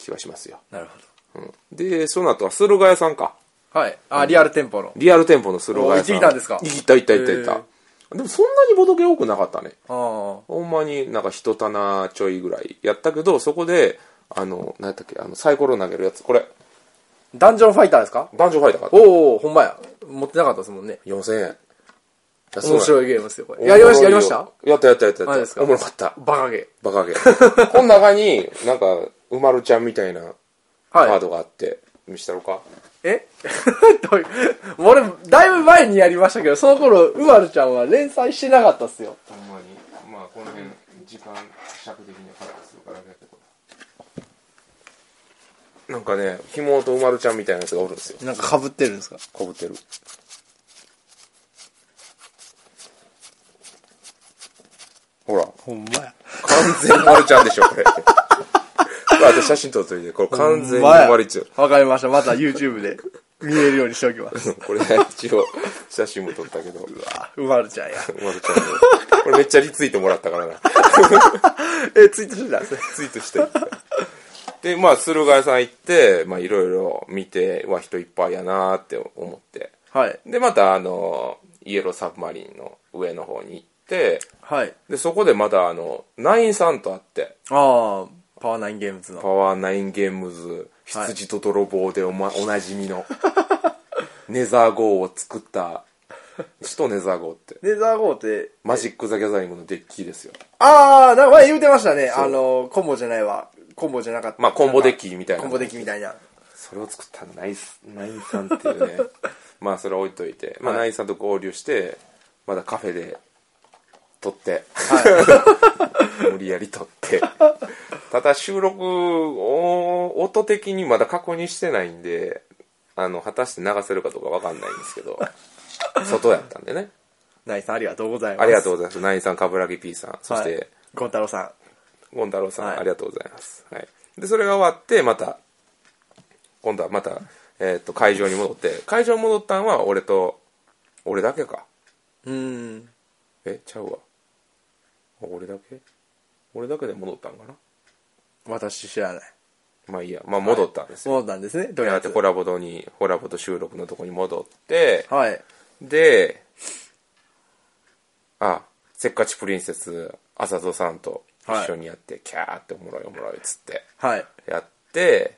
S2: 気はしますよ。
S1: なるほ
S2: うん、で、その後は駿河屋さんか。
S1: ど。はい。あ、リアル店舗の。
S2: リアル店舗の駿河屋さん。
S1: お行ってきたんですか
S2: 行った行った行った行った。でもそんなにボドゲ多くなかったね。
S1: あ
S2: ほんまになんか一棚ちょいぐらいやったけど、そこで、あの、何やったっけ、あの、サイコロ投げるやつ。これ、
S1: あ。ダンジョンファイターですか
S2: 男女ファイターか。
S1: おおほんまや。持ってなかったですもんね。
S2: 4000円。
S1: 面
S2: い。
S1: 白いゲームですよ、これ。やりました、やりました
S2: やったやったやったやった。
S1: マジですか
S2: おもろかった。
S1: バカゲ (laughs)
S2: バカゲー。この中に、なんか、うまるちゃんみたいな
S1: ー。
S2: カー
S1: はい。
S2: ドがあって、見したろか。
S1: え (laughs) どういう俺、だいぶ前にやりましたけど、その頃、うまるちゃんは連載してなかったっすよ。
S2: ほんまに。まあ、この辺、時間尺的にはカットするからだけど。なんかね、ひもとうまるちゃんみたいなやつがおるんですよ。
S1: なんか被ってるんですか
S2: かぶってる。ほら、
S1: ほんまや。
S2: 完全にまるちゃんでしょ、これ。あと写真撮っといて、これ完全にまるちゃん。
S1: わかりました。また YouTube で見えるようにしておき (laughs) ます。
S2: これね、一応、写真も撮ったけど、
S1: あうまるちゃんや。
S2: まるちゃんで。これめっちゃリツイートもらったからな。
S1: え、ツイートしてたんですね。
S2: ツイートして。で、まあ、駿河屋さん行って、まあ、いろいろ見て、は人いっぱいやなーって思って。
S1: はい。
S2: で、また、あの、イエローサブマリンの上の方に行って、
S1: はい。
S2: で、そこでまた、あの、ナインさんと会って、
S1: ああ、パワーナインゲームズ
S2: パ
S1: の。
S2: ワーナインゲームズ、
S1: はい
S2: 羊 (laughs) と泥棒でお,、ま、おなじみの、ネザー号を作った使徒ネザー号って
S1: ネザー号って、
S2: マジック・ザ・ギャザリングのデッキですよ
S1: あー、なんか前言うてましたね。
S2: う
S1: あの、コンボじゃないわ。コンボじゃなかった。
S2: まあコンボデッキみたいな
S1: コンボデッキみたいな。
S2: それを作ったのナイスナインさんっていう
S1: (laughs)
S2: ねまあそれは置いといて、まあ、
S1: はい
S2: ナインさんと合流してまだカフェで撮って、無理やり撮って (laughs) ただ収録を音的にまだ確認してないんであの果たして流せるかどうかわかんないんです
S1: (laughs)
S2: けど外やったんでね
S1: (laughs) ナイスさんありがとうございます。
S2: ありがとう
S1: う
S2: ございますナインさん冠城 P さんそして、
S1: はい、ゴン太郎さん。
S2: ゴン太郎さん、
S1: はい
S2: ありがとうございます、はい、でそれが終わってまた今度はまた、えーっと会場に戻って会場に戻ったんは俺と俺だけか
S1: うーん。
S2: えちゃうわ俺だけ俺だけで戻ったんかな
S1: 私知らない。
S2: まあいいやまあ戻ったんですよ、
S1: そうなんですね、とり
S2: だ
S1: あ
S2: っ
S1: え
S2: て
S1: ず。
S2: コラボとにコラボと収録のとこに戻って
S1: はい。
S2: であせっかちプリンセス浅戸さんと一緒にやって、キャーっておもろいおもろいっつって
S1: はい。
S2: やって、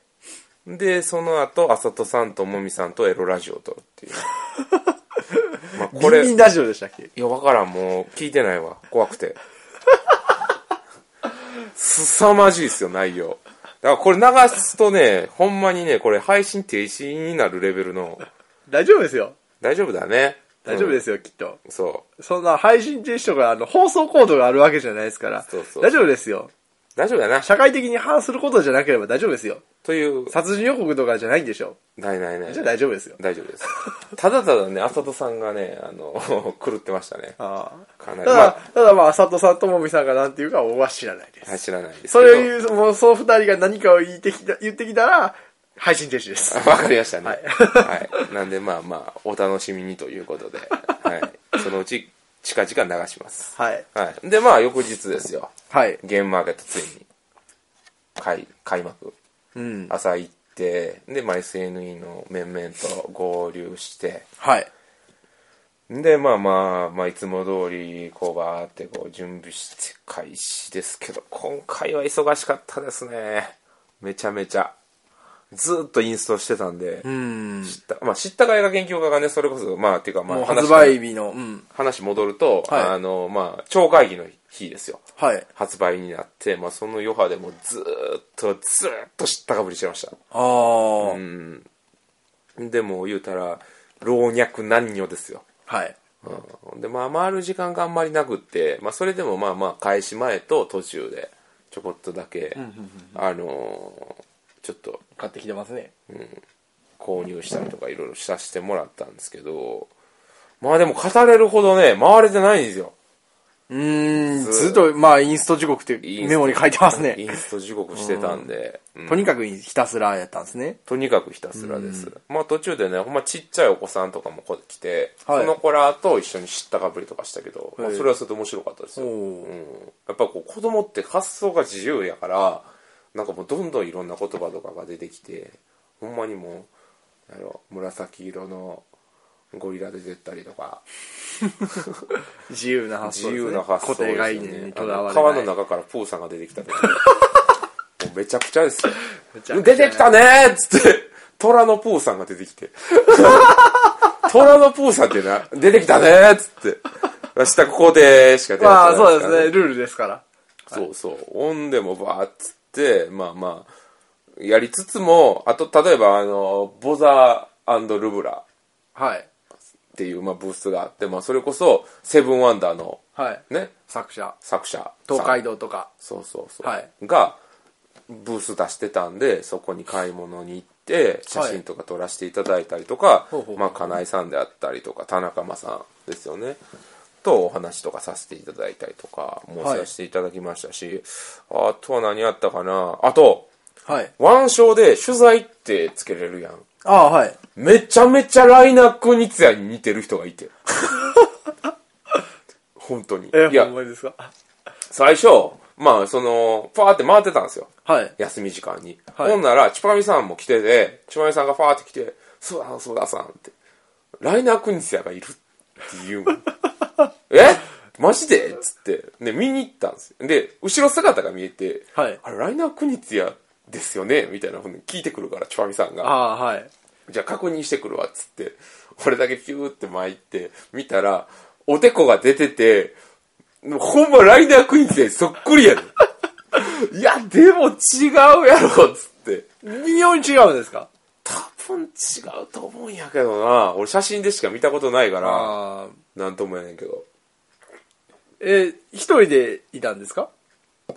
S2: で、その後、あさとさんともみさんとエロラジオを撮るっていう。まあ、これ、
S1: ビンビン
S2: い
S1: ラジオでしたっけ
S2: や、わからん、もう、聞いてないわ。怖
S1: (laughs)
S2: くて。すさまじいですよ、内容。だからこれ流すとね、ほんまにね、これ配信停止になるレベルの、
S1: 大丈夫ですよ。
S2: 大丈夫だね。。
S1: 大丈夫ですすよ、きっと。
S2: そう。
S1: そんな配信停止とか、あの、放送コードがあるわけじゃないですから。
S2: そうそう
S1: 大丈夫ですよ。
S2: 大丈夫だな。
S1: 社会的に反することじゃなければ大丈夫ですよ。
S2: という、
S1: 殺人予告とかじゃないんでしょ
S2: ないないない
S1: じゃあ。大丈夫ですよ。
S2: 大丈夫です。ただただね、あさとさんがね、あの、 (laughs) 狂ってましたね。
S1: ああ。
S2: かな
S1: た
S2: り。ま
S1: だ
S2: あ、、
S1: ただまあ、佐藤さんともみさんがなんていうか、俺は知らないです。
S2: はい、知らないですけど。
S1: それを言う、もう、そう二人が何かを言ってきた、言ってきたら、配信停止です。
S2: わかりましたね。
S1: は
S2: はいい。なんで、まあまあ、お楽しみにということで、はい。そのうち、近々流します。
S1: はい。
S2: はい。で、まあ、翌日ですよ。
S1: はい。
S2: ゲームマーケットついに、開、開幕。
S1: うん。
S2: 朝行って、で、まあ、SNE の面々と合流して、
S1: はい。
S2: で、まあまあ、まあ、いつも通り、こう、バーってこう、準備して開始ですけど、今回は忙しかったですね。めちゃめちゃ。ずーっとインストしてたんで、
S1: うん。
S2: 知った、まあ、知ったか映画研究家がね、それこそ、まあ、っていうか、ま
S1: もう
S2: あ、
S1: 発
S2: 話
S1: 売日の、うん。
S2: 話戻ると、
S1: はい
S2: あの、まあ、超会議の日ですよ。
S1: はい。
S2: 発売になって、まあ、その余波でもうずーっと、ずーっと知ったかぶりしてました。
S1: ああ、
S2: でも、言うたら、老若男女ですよ。
S1: はい。
S2: うん、で、まあ、回る時間があんまりなくって、まあ、それでもまあまあ、開始前と途中で、ちょこっとだけ、あのーちょっと
S1: 買ってきてますね。
S2: 購入したりとかいろいろさせてもらったんですけど、まあでも語れるほどね、回れてないんですよ。
S1: うーん、ずっと、まあ、インスト時刻って
S2: インスト
S1: メモに書いてます
S2: イ
S1: ね。
S2: ンスト時刻してたんで、うん
S1: とにかくひたすらやったんですね。
S2: とにかくひたすらです。まあ途中でね、ほんまちっちゃいお子さんとかもこ来て、
S1: はい
S2: その子らと一緒に知ったかぶりとかしたけど、まあ
S1: はい
S2: それはそれで面白かったですよ。
S1: おー
S2: うんやっぱこう子供って発想が自由やから、なんかもうどんどんいろんな言葉とかが出てきて、ほんまにもう、なんやろ紫色のゴリラで出たりとか、
S1: 自由な発想
S2: 自
S1: ですね。
S2: 由な発想
S1: 固定概
S2: ですよ
S1: 念に
S2: ね
S1: とらわれない。
S2: 川の中からプーさんが出てきたと
S1: (laughs)
S2: かねもうめちゃくちゃですよ
S1: ちゃくちゃ
S2: (laughs) 出てきたねーっつって虎のプーさんが出てきて (laughs) 虎のプーさんってな出てきたねーっつって下校庭しか出て
S1: まあ、
S2: か
S1: そ
S2: ら
S1: うですね。ルールですから。
S2: そうそう。オンでもバーっつって、まあまあ、やりつつも、あと、例えば、あの、ボザールブラ
S1: はい。
S2: っていう、まあ、ブースがあって、まあ、それこそ、セブンワンダーの、
S1: はい。
S2: ね、
S1: 作者。
S2: 作者さん。
S1: 東海道とか。
S2: そうそうそう、
S1: はい
S2: がブース出してたんでそこに買い物に行って写真とか撮らせていただいたりとか、
S1: ほうほう
S2: まあ、金井さんであったりとか田中間さんですよねとお話とかさせていただいたりとかも
S1: はい
S2: させていただきましたし、あとは何あったかなあと
S1: はい。
S2: 腕章で取材ってつけれるやん
S1: ああ、はい。
S2: めちゃめちゃライナックニツヤに似てる人がい
S1: (laughs)
S2: て本当に
S1: え、
S2: いや
S1: ほんまにですか
S2: 最初まあそのパーって回ってたんですよ
S1: はい。
S2: 休み時間に。
S1: はい
S2: ほんなら、チュパミさんも来てて、チュパミさんがファーって来て、そうだ、そうださんって。ライナー・クニツヤがいるって言
S1: (laughs)
S2: うもんえマジでっつって、ね、見に行ったんですよ。で、後ろ姿が見えて、
S1: はい
S2: あれ、ライナー・クニツヤですよねみたいなふうに聞いてくるから、チュパミさんが。
S1: ああ、はい。
S2: じゃあ確認してくるわ、っつって。俺だけピューって巻いて、見たら、おでこが出てて、ほんまライダークイーンズでそっくり (laughs) やねん。いや、でも違うやろ、つって。
S1: 微妙に違うんですか
S2: 多分違うと思うんやけどな。俺写真でしか見たことないから、
S1: ああ。
S2: なんともやねんけど。
S1: えー、一人でいたんですか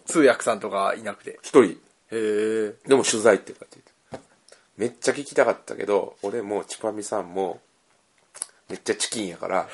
S1: 通訳さんとかいなくて。
S2: 一人、
S1: へえ。
S2: でも取材って書いてるめっちゃ聞きたかったけど、俺もチュパミさんも、めっちゃチキンやから、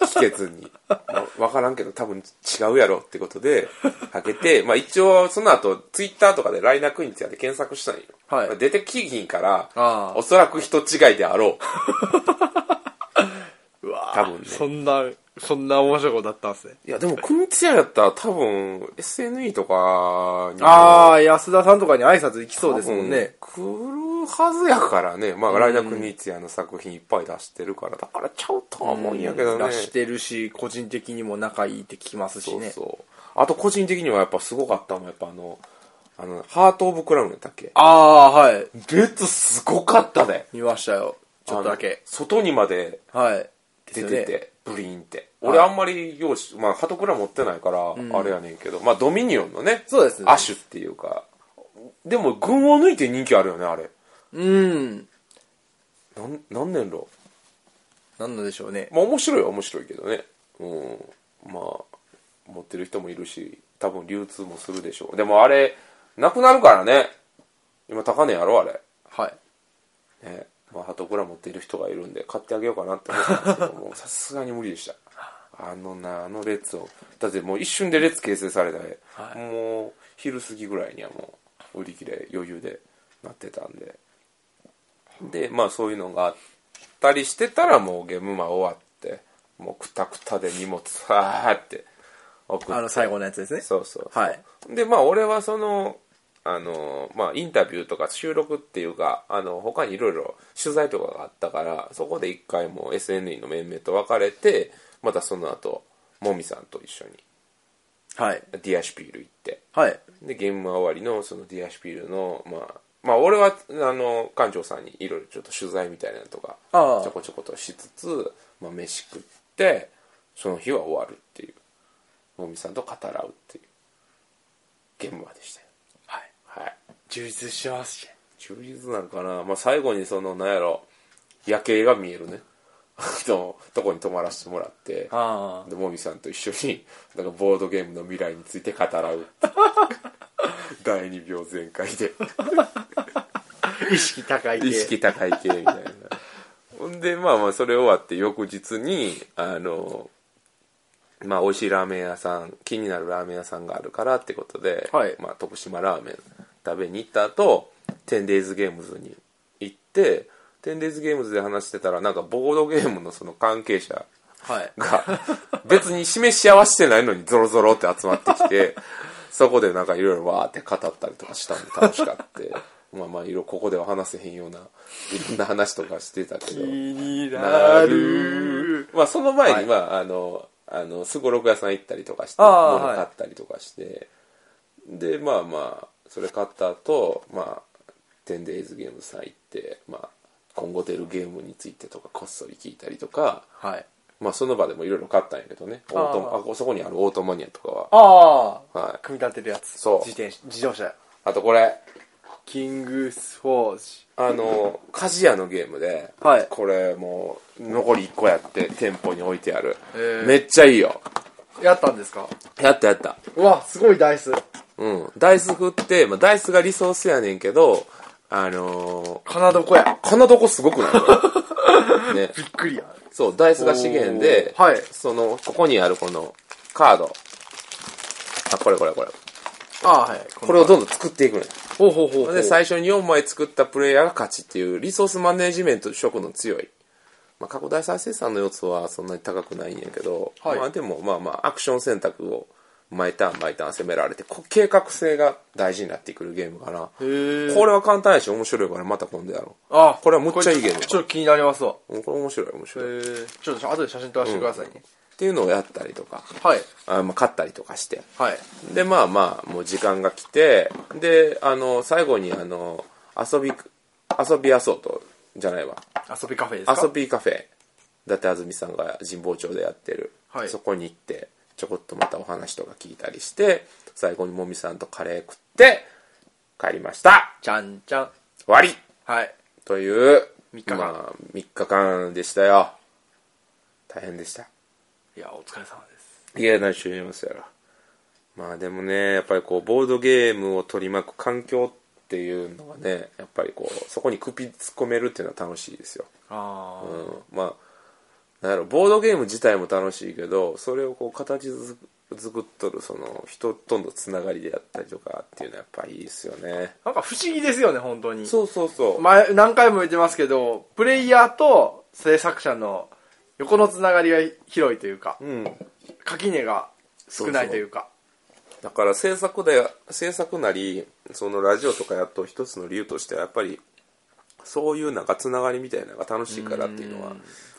S2: 聞けずに。まわからんけど多分違うやろってことで、はけて、まあ一応その後、ツイッターとかでライナークイーンズやって検索したんよ。
S1: はい
S2: まあ出てきひんから
S1: あー、
S2: おそらく人違いであろう。
S1: (laughs) うわー
S2: 多分ね
S1: そんな、そんな面白いことだったんですね。
S2: いやでも、クンツヤやったら多分、SNE とかにも
S1: ああ、安田さんとかに挨拶行きそうですもんね。
S2: 多分来るはずやからね。まあ、ライダー・クニーツィアの作品いっぱい出してるから、だからちゃうとは思うんやけどね。
S1: 出してるし、個人的にも仲いいって聞きますし
S2: そう
S1: ね。
S2: そう。あと、個人的にはやっぱすごかったのは、やっぱあの、あの、ハート・オブ・クラウンやったっけ
S1: ああ、はい。
S2: レッツすごかったね。
S1: 見ましたよ。ちょっとだ
S2: あの
S1: け。
S2: 外にまで
S1: はい。
S2: 出
S1: です
S2: て
S1: よね。
S2: て、ブリーンって。
S1: はい
S2: 俺あんまり用紙、まあ、ハトクラ持ってないから、あれやねんけど、まあ、ドミニオンのね、
S1: そうですね
S2: 亜種っていうか、でも、群を抜いて人気あるよね、あれ。
S1: うん。
S2: なん、何年ろ
S1: なんのでしょうね。
S2: まあ面白いは面白いけどね、うん、まあ持ってる人もいるし多分流通もするでしょうでもあれなくなるからね今高値やろあれ
S1: はい。
S2: ねまあハトクラ持っている人がいるんで買ってあげようかなって思ったんですけど
S1: (laughs)
S2: もうさすがに無理でしたあのなあの列をだってもう一瞬で列形成されたね、
S1: はい
S2: もう昼過ぎぐらいにはもう売り切れ余裕でなってたんででまあそういうのがあったりしてたらもうゲームマ終わってもうクタクタで荷物さーって送って
S1: あの、最後のやつですね。
S2: そうそうそう
S1: はい。
S2: でまあ俺はそのあのまあインタビューとか収録っていうかあの他にいろいろ取材とかがあったからそこで一回もう SNE の面々と別れてまたその後もみさんと一緒に
S1: はい。
S2: ディアシュピール行って
S1: はい。
S2: でゲーム終わりのそのディアシュピールのまあまあ俺はあの館長さんにいろいろちょっと取材みたいなのとかち
S1: ああ
S2: ょこちょことしつつ、まあ、飯食ってその日は終わるっていうもみさんと語らうっていう現場でしたよ
S1: はい。
S2: はい
S1: 充実してますし。
S2: 充実なんかな、まあ、最後にそのなんやろ夜景が見えるね (laughs) のとこに泊まらせてもらって
S1: ああ。
S2: でもみさんと一緒に (laughs) なんかボードゲームの未来について語らう (laughs) 第2秒全開で
S1: 意識高い系。
S2: (laughs) 意識高い系みたいな (laughs) ほんでまあまあそれ終わって翌日にあのまあ美味しいラーメン屋さん気になるラーメン屋さんがあるからってことで、
S1: はい
S2: まあ、徳島ラーメン食べに行った後 10days ゲームズに行って 10days ゲームズで話してたらなんかボードゲームのその関係者
S1: はい。
S2: が別に示し合わせてないのにゾロゾロって集まってき
S1: (laughs)
S2: てそこでなんかいろいろわーって語ったりとかしたんで楽しかってまあまあいろいろここでは話せへんようないろんな話とかしてたけ
S1: 気
S2: ど
S1: に
S2: な
S1: な
S2: る
S1: る。
S2: まあその前
S1: は
S2: に
S1: い
S2: まああのあのすごろく屋さん行ったりとかして
S1: ああ
S2: 物買ったりとかしてでまあまあそれ買った後まあ 10days ゲームズさん行ってまあ今後出るゲームについてとかこっそり聞いたりとか
S1: はい。
S2: まあその場でもいろいろ買ったんやけどね。オート
S1: あ
S2: マあそこにあるオートマニアとかは。
S1: ああ。
S2: はい。
S1: 組み立てるやつ。
S2: そう
S1: 自転車、自動車。
S2: あとこれ、
S1: キングスフォージ。
S2: あの、鍛冶屋のゲームで、
S1: はい
S2: これもう残り1個やって店舗に置いてある。
S1: へえ
S2: めっちゃいいよ。
S1: やったんですか
S2: やったやった。
S1: うわ、すごいダイス。
S2: うん。ダイス振って、まあ、ダイスがリソースやねんけど、あの
S1: 金床や。
S2: ー、こんなとこすごくないこ
S1: (laughs)
S2: れね。
S1: びっくりや。
S2: そう、ダイスが資源で、
S1: おーはい
S2: その、ここにあるこのカード。あ、これこれこれ。
S1: ああ、はい。
S2: これをどんどん作っていくのよ。
S1: ほうほうほうほう。
S2: で最初に4枚作ったプレイヤーが勝ちっていうリソースマネジメント色の強い、まあ、過去第三生産の要素はそんなに高くないんやけど、
S1: はい
S2: まあ、でもまあまあアクション選択を毎ターン毎ターン攻められてこう計画性が大事になってくるゲームかな
S1: へえ。
S2: これは簡単やし面白いからまた今度やろ
S1: ああ、
S2: これはむっちゃいいゲームや
S1: ちょっと気になりますわ。
S2: ううんこれ面白い面白い、っ
S1: えちょっと後で写真撮らせてくださいね。
S2: ていうのをやったりとか
S1: はい。
S2: あまあ勝ったりとかして
S1: はい。
S2: でまあまあもう時間が来てであの最後にあの遊び遊びやそうとじゃないわ
S1: 遊びカフェですか
S2: 遊びカフェ伊達あずみさんが神保町でやってる、
S1: はい
S2: そこに行ってちょこっとまたお話とか聞いたりして最後にもみさんとカレー食って帰りました
S1: ちゃんちゃん。
S2: 終わり
S1: はい。
S2: という
S1: 三日間
S2: まあ、3日間でしたよ大変でした
S1: いや、お疲れ様です。
S2: いや何しよう言いますやらまあでもねやっぱりこうボードゲームを取り巻く環境っていうのがねやっぱりこうそこに首突っ込めるっていうのは楽しいですよ
S1: ああ、
S2: うん、まあなんやろボードゲーム自体も楽しいけどそれをこう形づく作っとるその人とのつながりであったりとかっていうのはやっぱいいですよね
S1: なんか不思議ですよね、本当に。
S2: そうそうそう、
S1: 前、何回も言ってますけど、プレイヤーと制作者の横のつながりが広いというか、
S2: うん、
S1: 垣根が少ないというか。
S2: だから制作で制作なりそのラジオとかやっと一つの理由としてはやっぱりそういうなんかつながりみたいなのが楽しいからっていうのは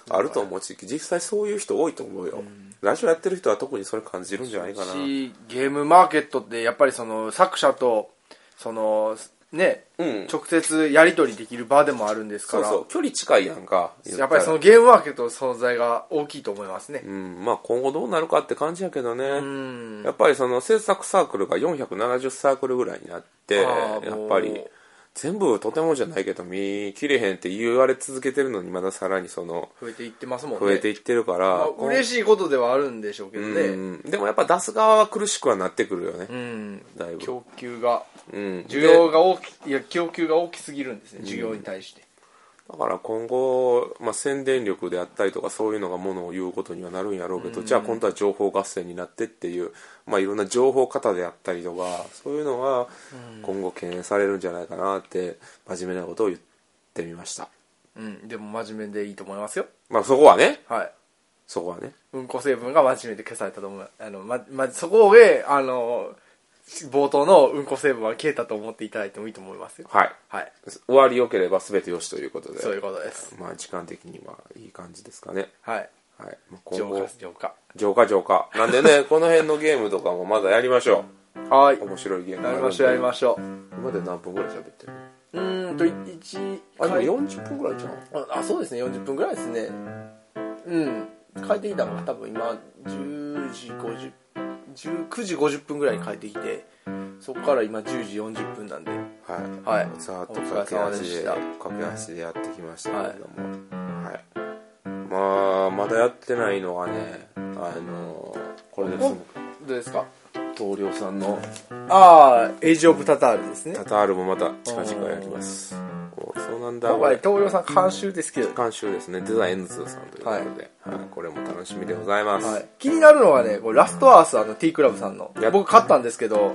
S2: あると思うし実際そういう人多いと思うよラジオやってる人は特にそれ感じるんじゃないかな
S1: しゲームマーケットってやっぱりその作者とそのね、
S2: うん
S1: 直接やり取りできる場でもあるんですか
S2: そう
S1: ら
S2: そう距離近いやんか
S1: やっぱりそのゲームマーケットの存在が大きいと思いますね
S2: うん、まあ今後どうなるかって感じやけどね、
S1: ん
S2: やっぱりその制作サークルが470サークルぐらいになってや
S1: あーもう
S2: っぱり全部とてもじゃないけど見切れへんって言われ続けてるのにまださらにその
S1: 増えていってますもんね
S2: 増えていってるから、
S1: まあ嬉
S2: し
S1: しいことではあるんでしょうけどねうん、
S2: うん、でもやっぱ出す側は苦しくはなってくるよね、だいぶ
S1: 供給が
S2: うん、
S1: 需要が大きいや供給が大きすぎるんですね需要に対して、
S2: だから今後、まあ、宣伝力であったりとかそういうのがものを言うことにはなるんやろうけど、じゃあ今度は情報合戦になってっていう、まあ、いろんな情報型であったりとかそういうのが今後敬遠されるんじゃないかなって真面目なことを言ってみました、
S1: うん、でも真面目でいいと思いますよ
S2: まあ、そこはね
S1: はい
S2: そこはね
S1: うんこ成分が真面目で消されたと思う。あの、ま、ま、そこで、あの、冒頭のうんこ成分は消えたと思っていただいてもいいと思いますよ。
S2: はい
S1: はい。
S2: 終わり良ければ全て良しということで
S1: そういうことです。
S2: まあ、時間的にはいい感じですかね、
S1: はい。
S2: はいまあ、今
S1: 浄
S2: 後
S1: 化、浄化。
S2: 浄化浄化なん
S1: (laughs)
S2: でねこの辺のゲームとかもまだやりましょ
S1: はい。
S2: う面白いゲーム
S1: やりましょう、やりましょ
S2: 今まで何分ぐらい喋ってる
S1: う。うーんと、一
S2: あ、で
S1: 回
S2: も40分ぐらいじゃん。
S1: あ、そうですね、40分ぐらいですね。うん。帰ってきたのが多分今、10時50、19時50分ぐらいに帰ってきて、そこから今10時40分なんで。
S2: は
S1: はい
S2: ざーっと駆け
S1: お疲れ様で
S2: 足で、
S1: した
S2: 駆け足でやってきましたけれども。はい。まあ、まだやってないのはね、あのー、これです。
S1: どうですか
S2: 棟梁さんの
S1: ああ、エイジ・オブ・タタールですね
S2: タ。タールもまた近々やります。こうそうなんだ。
S1: 今回、東洋さん監修ですけど、
S2: 監修ですね。デザインズさんということで、はいこれも楽しみでございます。
S1: はい、気になるのはね、これラストアースあの T クラブさんの
S2: やっ。
S1: 僕買ったんですけど、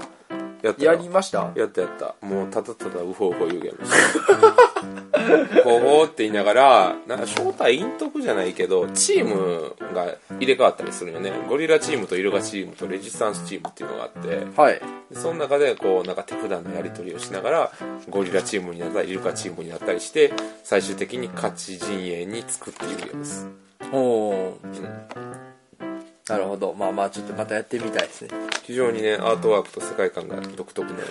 S2: やったよ
S1: やりました
S2: やったやった。もうただただウホウホ言うやろ。こうほうって言いながら、なんか正体陰徳じゃないけど、チームが入れ替わったりするよね。ゴリラチームとイルカチームとレジスタンスチームっていうのがあって、
S1: はい。
S2: でその中でこうなんか手札のやり取りをしながら、ゴリラチームになったり、イルカチームになったりして、最終的に勝ち陣営に作っているようです。
S1: おなるほど。まあまあ、ちょっとまたやってみたいですね。
S2: 非常にね、アートワークと世界観が独特なので、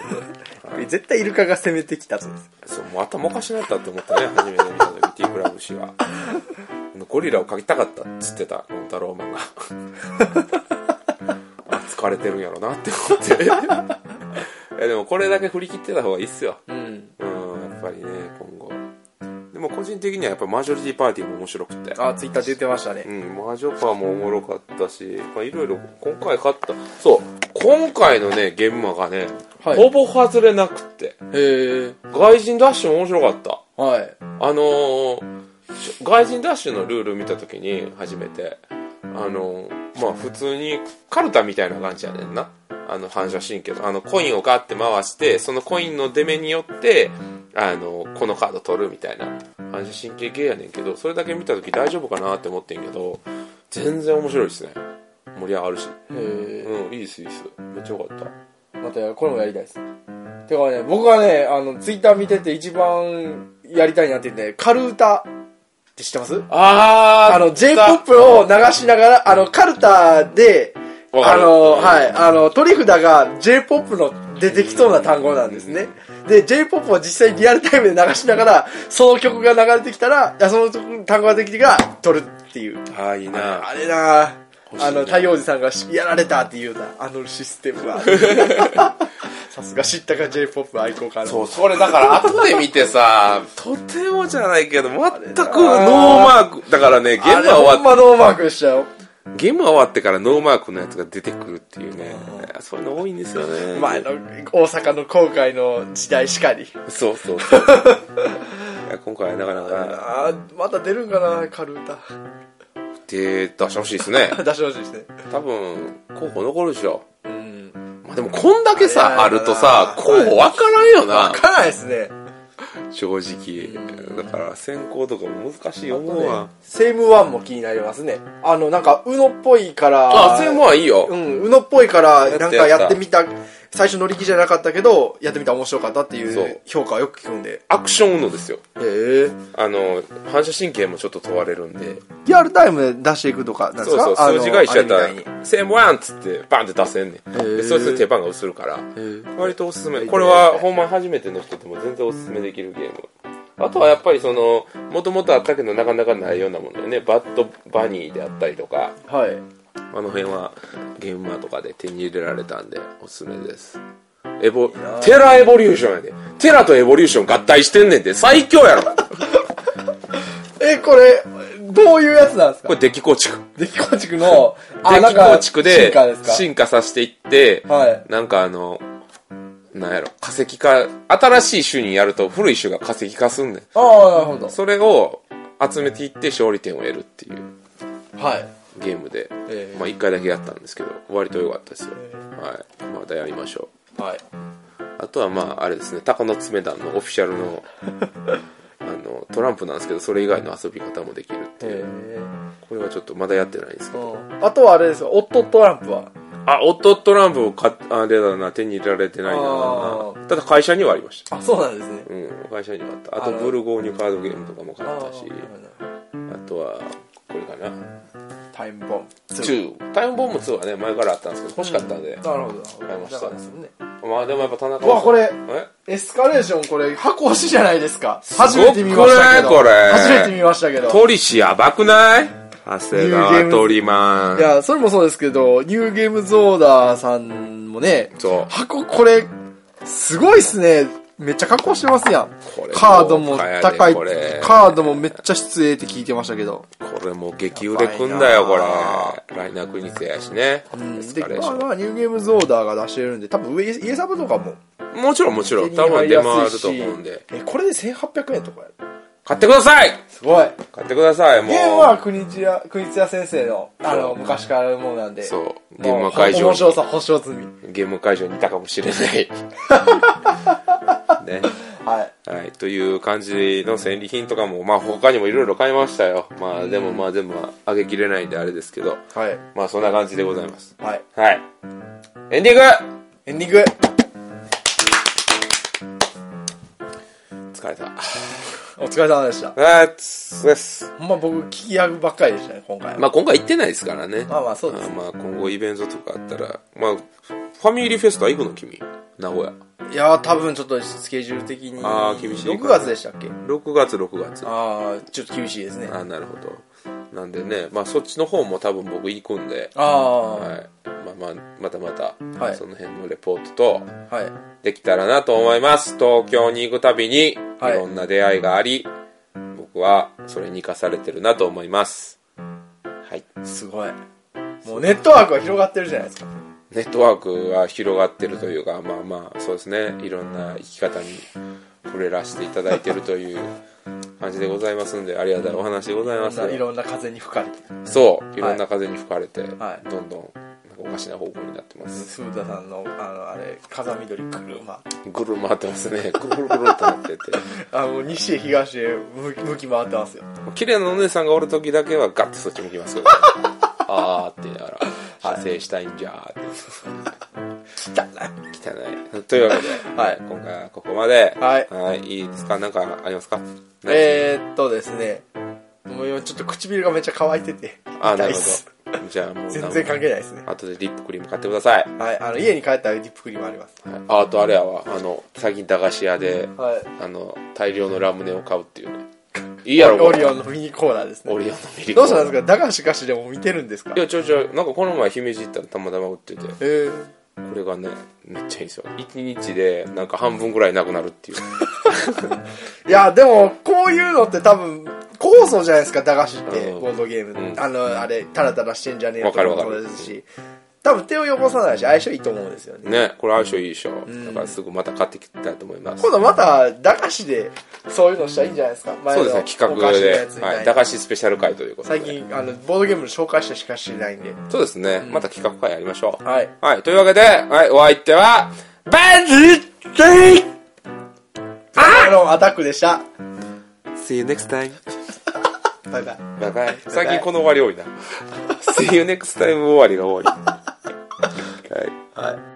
S2: はい
S1: 絶対イルカが攻めてきたとです。
S2: そうもう頭おかしなったと思ったね初めて見た時 T クラブ氏はゴリラを描きたかったっつってたゴン太郎マンが (laughs) あ疲れてるんやろなって思って (laughs) いやでもこれだけ振り切ってた方がいいっすよ
S1: うん。
S2: うんやっぱりね今後でも個人的にはやっぱマジョリティパーティーも面白くて
S1: あ、ツイッター出てましたね
S2: う。ん、マジョパーもおもろかったし、まあ、いろいろ今回買ったそう今回のね現場がね、
S1: はい
S2: ほぼ外れなくて
S1: へえ。
S2: 外人ダッシュも面白かった
S1: はい。
S2: あのー外人ダッシュのルール見た時に初めてあのーまあ普通にカルタみたいな感じやねんなあの反射神経のあのコインをガッて回してそのコインの出目によってあのーこのカード取るみたいな反射神経系やねんけどそれだけ見た時大丈夫かなって思ってんけど全然面白いですね盛り上がるし
S1: へえ。
S2: うんいいですいいですめっちゃよかった
S1: またや、これもやりたいです。てかね、僕はね、あの、ツイッター見てて一番やりたいなって言って、カルータって知ってます
S2: あ
S1: あの、J-POP を流しながら、あの、カルタで、
S2: わか
S1: あ
S2: る
S1: の、はい、あの、取り札が J-POP の出てきそうな単語なんですね。で、J-POP を実際リアルタイムで流しながら、その曲が流れてきたら、いやその単語ができてから、取るっていう。
S2: ああいいな
S1: あれなあ
S2: 欲しいな
S1: あの、太陽寺さんがしやられたっていうような、あのシステム (laughs) は。さすが知ったか J-POP 愛好家の。
S2: そう、それだから後で見てさ、 (laughs) とてもじゃないけど、全くノーマーク。だからね、ゲー
S1: あ
S2: ム
S1: れ、ほ
S2: 終
S1: ん
S2: わ
S1: ま
S2: っ
S1: ノーマークでしたよ。
S2: ゲーム終わってからノーマークのやつが出てくるっていうね。そういうの多いんですよね。
S1: 前の、大阪の航海の時代しかり。
S2: そうそう (laughs) そう。いや今回はなかなか
S1: あーまた出るんかな、カルー
S2: 手出してほしいです (laughs) ね。
S1: タ。出してほしいですね。
S2: 多分、候補残るでしょ。
S1: うん。
S2: まあでもこんだけ
S1: いやい
S2: さ、
S1: や
S2: あるとさ、
S1: いや
S2: 候補わからんよな
S1: わ。からないですね。
S2: 正直。だから選考とかも難しい思うわ。
S1: セイムワンも気になりますね。あの、なんか、うのっぽいから。
S2: あ、そういうもんはいいよ
S1: う。ん、うのっぽいから、
S2: や
S1: な
S2: っ
S1: ん
S2: た
S1: か
S2: やった
S1: やってみた、最初乗り気じゃなかったけど、やってみたら面白かったってい
S2: そうう
S1: 評価はよく聞くんで。
S2: アクションうのですよ。
S1: へえ。
S2: あの、反射神経もちょっと問われるんで。
S1: リアルタイムで出していくとか、なんです
S2: そう
S1: か
S2: そう、数字会社やった
S1: あ
S2: ら
S1: れみたい、
S2: 1000万っつって、バンって出せんねん。
S1: ー
S2: で、そいつ手番が薄るから、
S1: ー
S2: 割とおすすめ。
S1: い
S2: これは、ほんま初めての人でも全然おすすめできるゲーム。あとはやっぱりその、もともとあったけどなかなかないようなものよね。バッドバニーであったりとか、
S1: にはい。
S2: あの辺はゲームマとかで手に入れられたんで、おすすめです。エボ、テラエボリューションやで。テラとエボリューション合体してんねんで、最強やろ
S1: え、これ、どういうやつなんです
S2: こ
S1: か
S2: れデッキ構築。
S1: デキ構築
S2: (laughs)
S1: の、
S2: で、
S1: なんか
S2: 構築で
S1: 進化ですか
S2: 進化させていって、
S1: はい
S2: なんかあの、なんやろ、化石化、新しい種にやると古い種が化石化すんねん。
S1: ああ、なるほど。
S2: それを集めていって勝利点を得るっていう
S1: はい。
S2: ゲームで、
S1: ええ
S2: まあ一回だけやったんですけど、割と良かったですよ。はい。またやりましょ
S1: はい。
S2: う。あとはまああれですね、タコの爪団のオフィシャル
S1: (laughs)
S2: の、あの、トランプなんですけど、それ以外の遊び方もできるっていう。これはちょっとまだやってないんですけど
S1: うんあとはあれですよ、オットトランプは。
S2: あ、オットトランプを買っあれだな、手に入れられてない
S1: あ
S2: な。ただ会社にはありました。
S1: あ、そうなんですね。
S2: うん、会社にはあっ
S1: あ
S2: た。あと、
S1: の
S2: ブルゴーニュカードゲームとかも買
S1: あ
S2: ったし、
S1: ー
S2: あとは、これかな。
S1: タイムボム。
S2: 2。タイムボム2はね、前からあったんですけど、欲しかったん
S1: な
S2: で。
S1: るほど。
S2: 買いました
S1: だからですよね。
S2: まあ、でもやっぱ田中
S1: うわこれ
S2: え
S1: エスカレーションこれ箱押しじゃないですか。初
S2: ごくな
S1: め
S2: い
S1: て見ましたけど。
S2: これ
S1: 初めて見ましたけど。
S2: トリシやばくない長谷
S1: ニューゲー
S2: 川
S1: ム
S2: トリマ
S1: い
S2: ン。
S1: や、それもそうですけど、ニューゲームズオーダーさんもね、
S2: そう
S1: 箱これ、すごいっすね。めっちゃ加工してますやん
S2: これ。
S1: カードも高い
S2: 豪華やでこれ。
S1: カードもめっちゃ出演って聞いてましたけど。
S2: これもう激売れくんだよ、こ
S1: やば
S2: れ。ライナークイーンズやしね。エス
S1: で
S2: カレ、ー
S1: ま
S2: シ
S1: あ
S2: ョン
S1: まあ、ニューゲームズオーダーが出してるんで、多分上、家サブとかも。
S2: もちろんもちろん、多分出回ると思うんで。。
S1: え、これで1800円とかやる
S2: 買ってください
S1: すごい。
S2: 買ってください、もう。
S1: ゲームは国津屋、国津屋先生の、あの、昔からあるものなんで。
S2: そう。ゲー
S1: も
S2: ム
S1: う
S2: は会場
S1: 面
S2: に
S1: 白さ保証済み。
S2: ゲーム会場にいたかもしれない。ね。
S1: はい。
S2: はい。という感じの戦利品とかも、まあ他にもいろいろ買いましたよ。まあでもまあ全部はあげきれないんであれですけど。
S1: はい。
S2: まあそんな感じでございます。
S1: はい。
S2: はい。エンディン
S1: エンディング
S2: グ疲れた。
S1: お疲れ様でした。
S2: あーつです。
S1: ほんま僕、聞き役ばっかりでしたね、今回。
S2: まあ今回行ってないですからね。
S1: まあまあそうです
S2: あーまあ今後イベントとかあったら、まあ、ファミリーフェスタ行くの君名古屋。
S1: いやー、多分ちょっとスケジュール的に。
S2: あー厳しい
S1: 6月でしたっけ
S2: 6月6月。
S1: あー、ちょっと厳しいですね。
S2: あなるほどなんでねまあそっちの方も多分僕行くんで、は
S1: あ
S2: いまあまあ、またまた、
S1: はい
S2: その辺のレポートと
S1: ー、はい。
S2: できたらなと思います東京に行くたびにい
S1: はい
S2: ろんな出会いがあり、僕はそれに生かされてるなと思いますはい
S1: すごい。もうネットワークが広がってるじゃないですか。
S2: ネットワークは広がってるというかまあまあそうですねいろんな生き方に触れらせていただいてるという感じでございますんでありがたいお話でございます
S1: いろんな風に吹かれて。
S2: そういろんな風に吹かれて、
S1: はい
S2: どんどんなんかおかしな方向になってます、
S1: スーダさんの、あの、あれ、風見鶏車。
S2: ぐる回ってますねぐるぐるぐるとなってて
S1: あの、西へ東へ向き向き回ってますよ。
S2: (laughs) 綺麗なお姉さんがおる時だけはガッてそっち向きますけど、あーって言いながら射精したいんじゃ
S1: 汚い。
S2: ーって汚いと (laughs) いうわけで、
S1: はい
S2: 今回はここまで
S1: はい
S2: いいいですか何かありますか
S1: えー、っとですね。もう今ちょっと唇がめっちゃ乾いてて。
S2: あ
S1: 痛
S2: な
S1: い
S2: る
S1: っ
S2: ほ
S1: す
S2: じゃあもう
S1: 全然関係ないですね
S2: あとでリップクリーム買ってください
S1: はいあの家に帰ったらリップクリームあります
S2: ああとあれやわあの最近駄菓子屋で、
S1: はい
S2: あの大量のラムネを買うっていうねいいやろこ
S1: オ
S2: れ
S1: リオンのミニコーナーですね
S2: オリオンのミリ
S1: どうしたんですか駄菓子菓子でも見てるんですか
S2: いやちょいちょいなんかこの前姫路行ったらたまたま売っててこ
S1: えー、
S2: れがねめっちゃいいんですよ1日でなんか半分ぐらいなくなるってい
S1: (laughs)
S2: う
S1: いやでもこういうのって多分酵素じゃないですか駄菓子って
S2: うん
S1: ボードゲームの、
S2: うん
S1: あのあれタラタラしてんじゃねえ
S2: わかるわか
S1: とも
S2: る
S1: そうですし多分手を汚さないし相性いいと思うんですよね
S2: ねこれ相性いいでしょ、だからすぐまた買ってきたいと思います
S1: 今度また駄菓子でそういうのしたらいいんじゃないですか前
S2: そ
S1: の
S2: うですね企
S1: お菓子のや
S2: 画
S1: つ
S2: で、
S1: みたいな
S2: はい、駄菓子スペシャル会ということで
S1: 最近あのボードゲームの紹介したしか知らないんで
S2: そうですね、また企画会やりましょう
S1: はい
S2: はい、というわけで、はい、お相手はバンジージェイ
S1: あのアタックでした
S2: See you next time
S1: (laughs) バイバイ
S2: バイバイ最
S1: (laughs)
S2: 近 (laughs) この終わり多いな See you next time 終わりが多いはい
S1: はい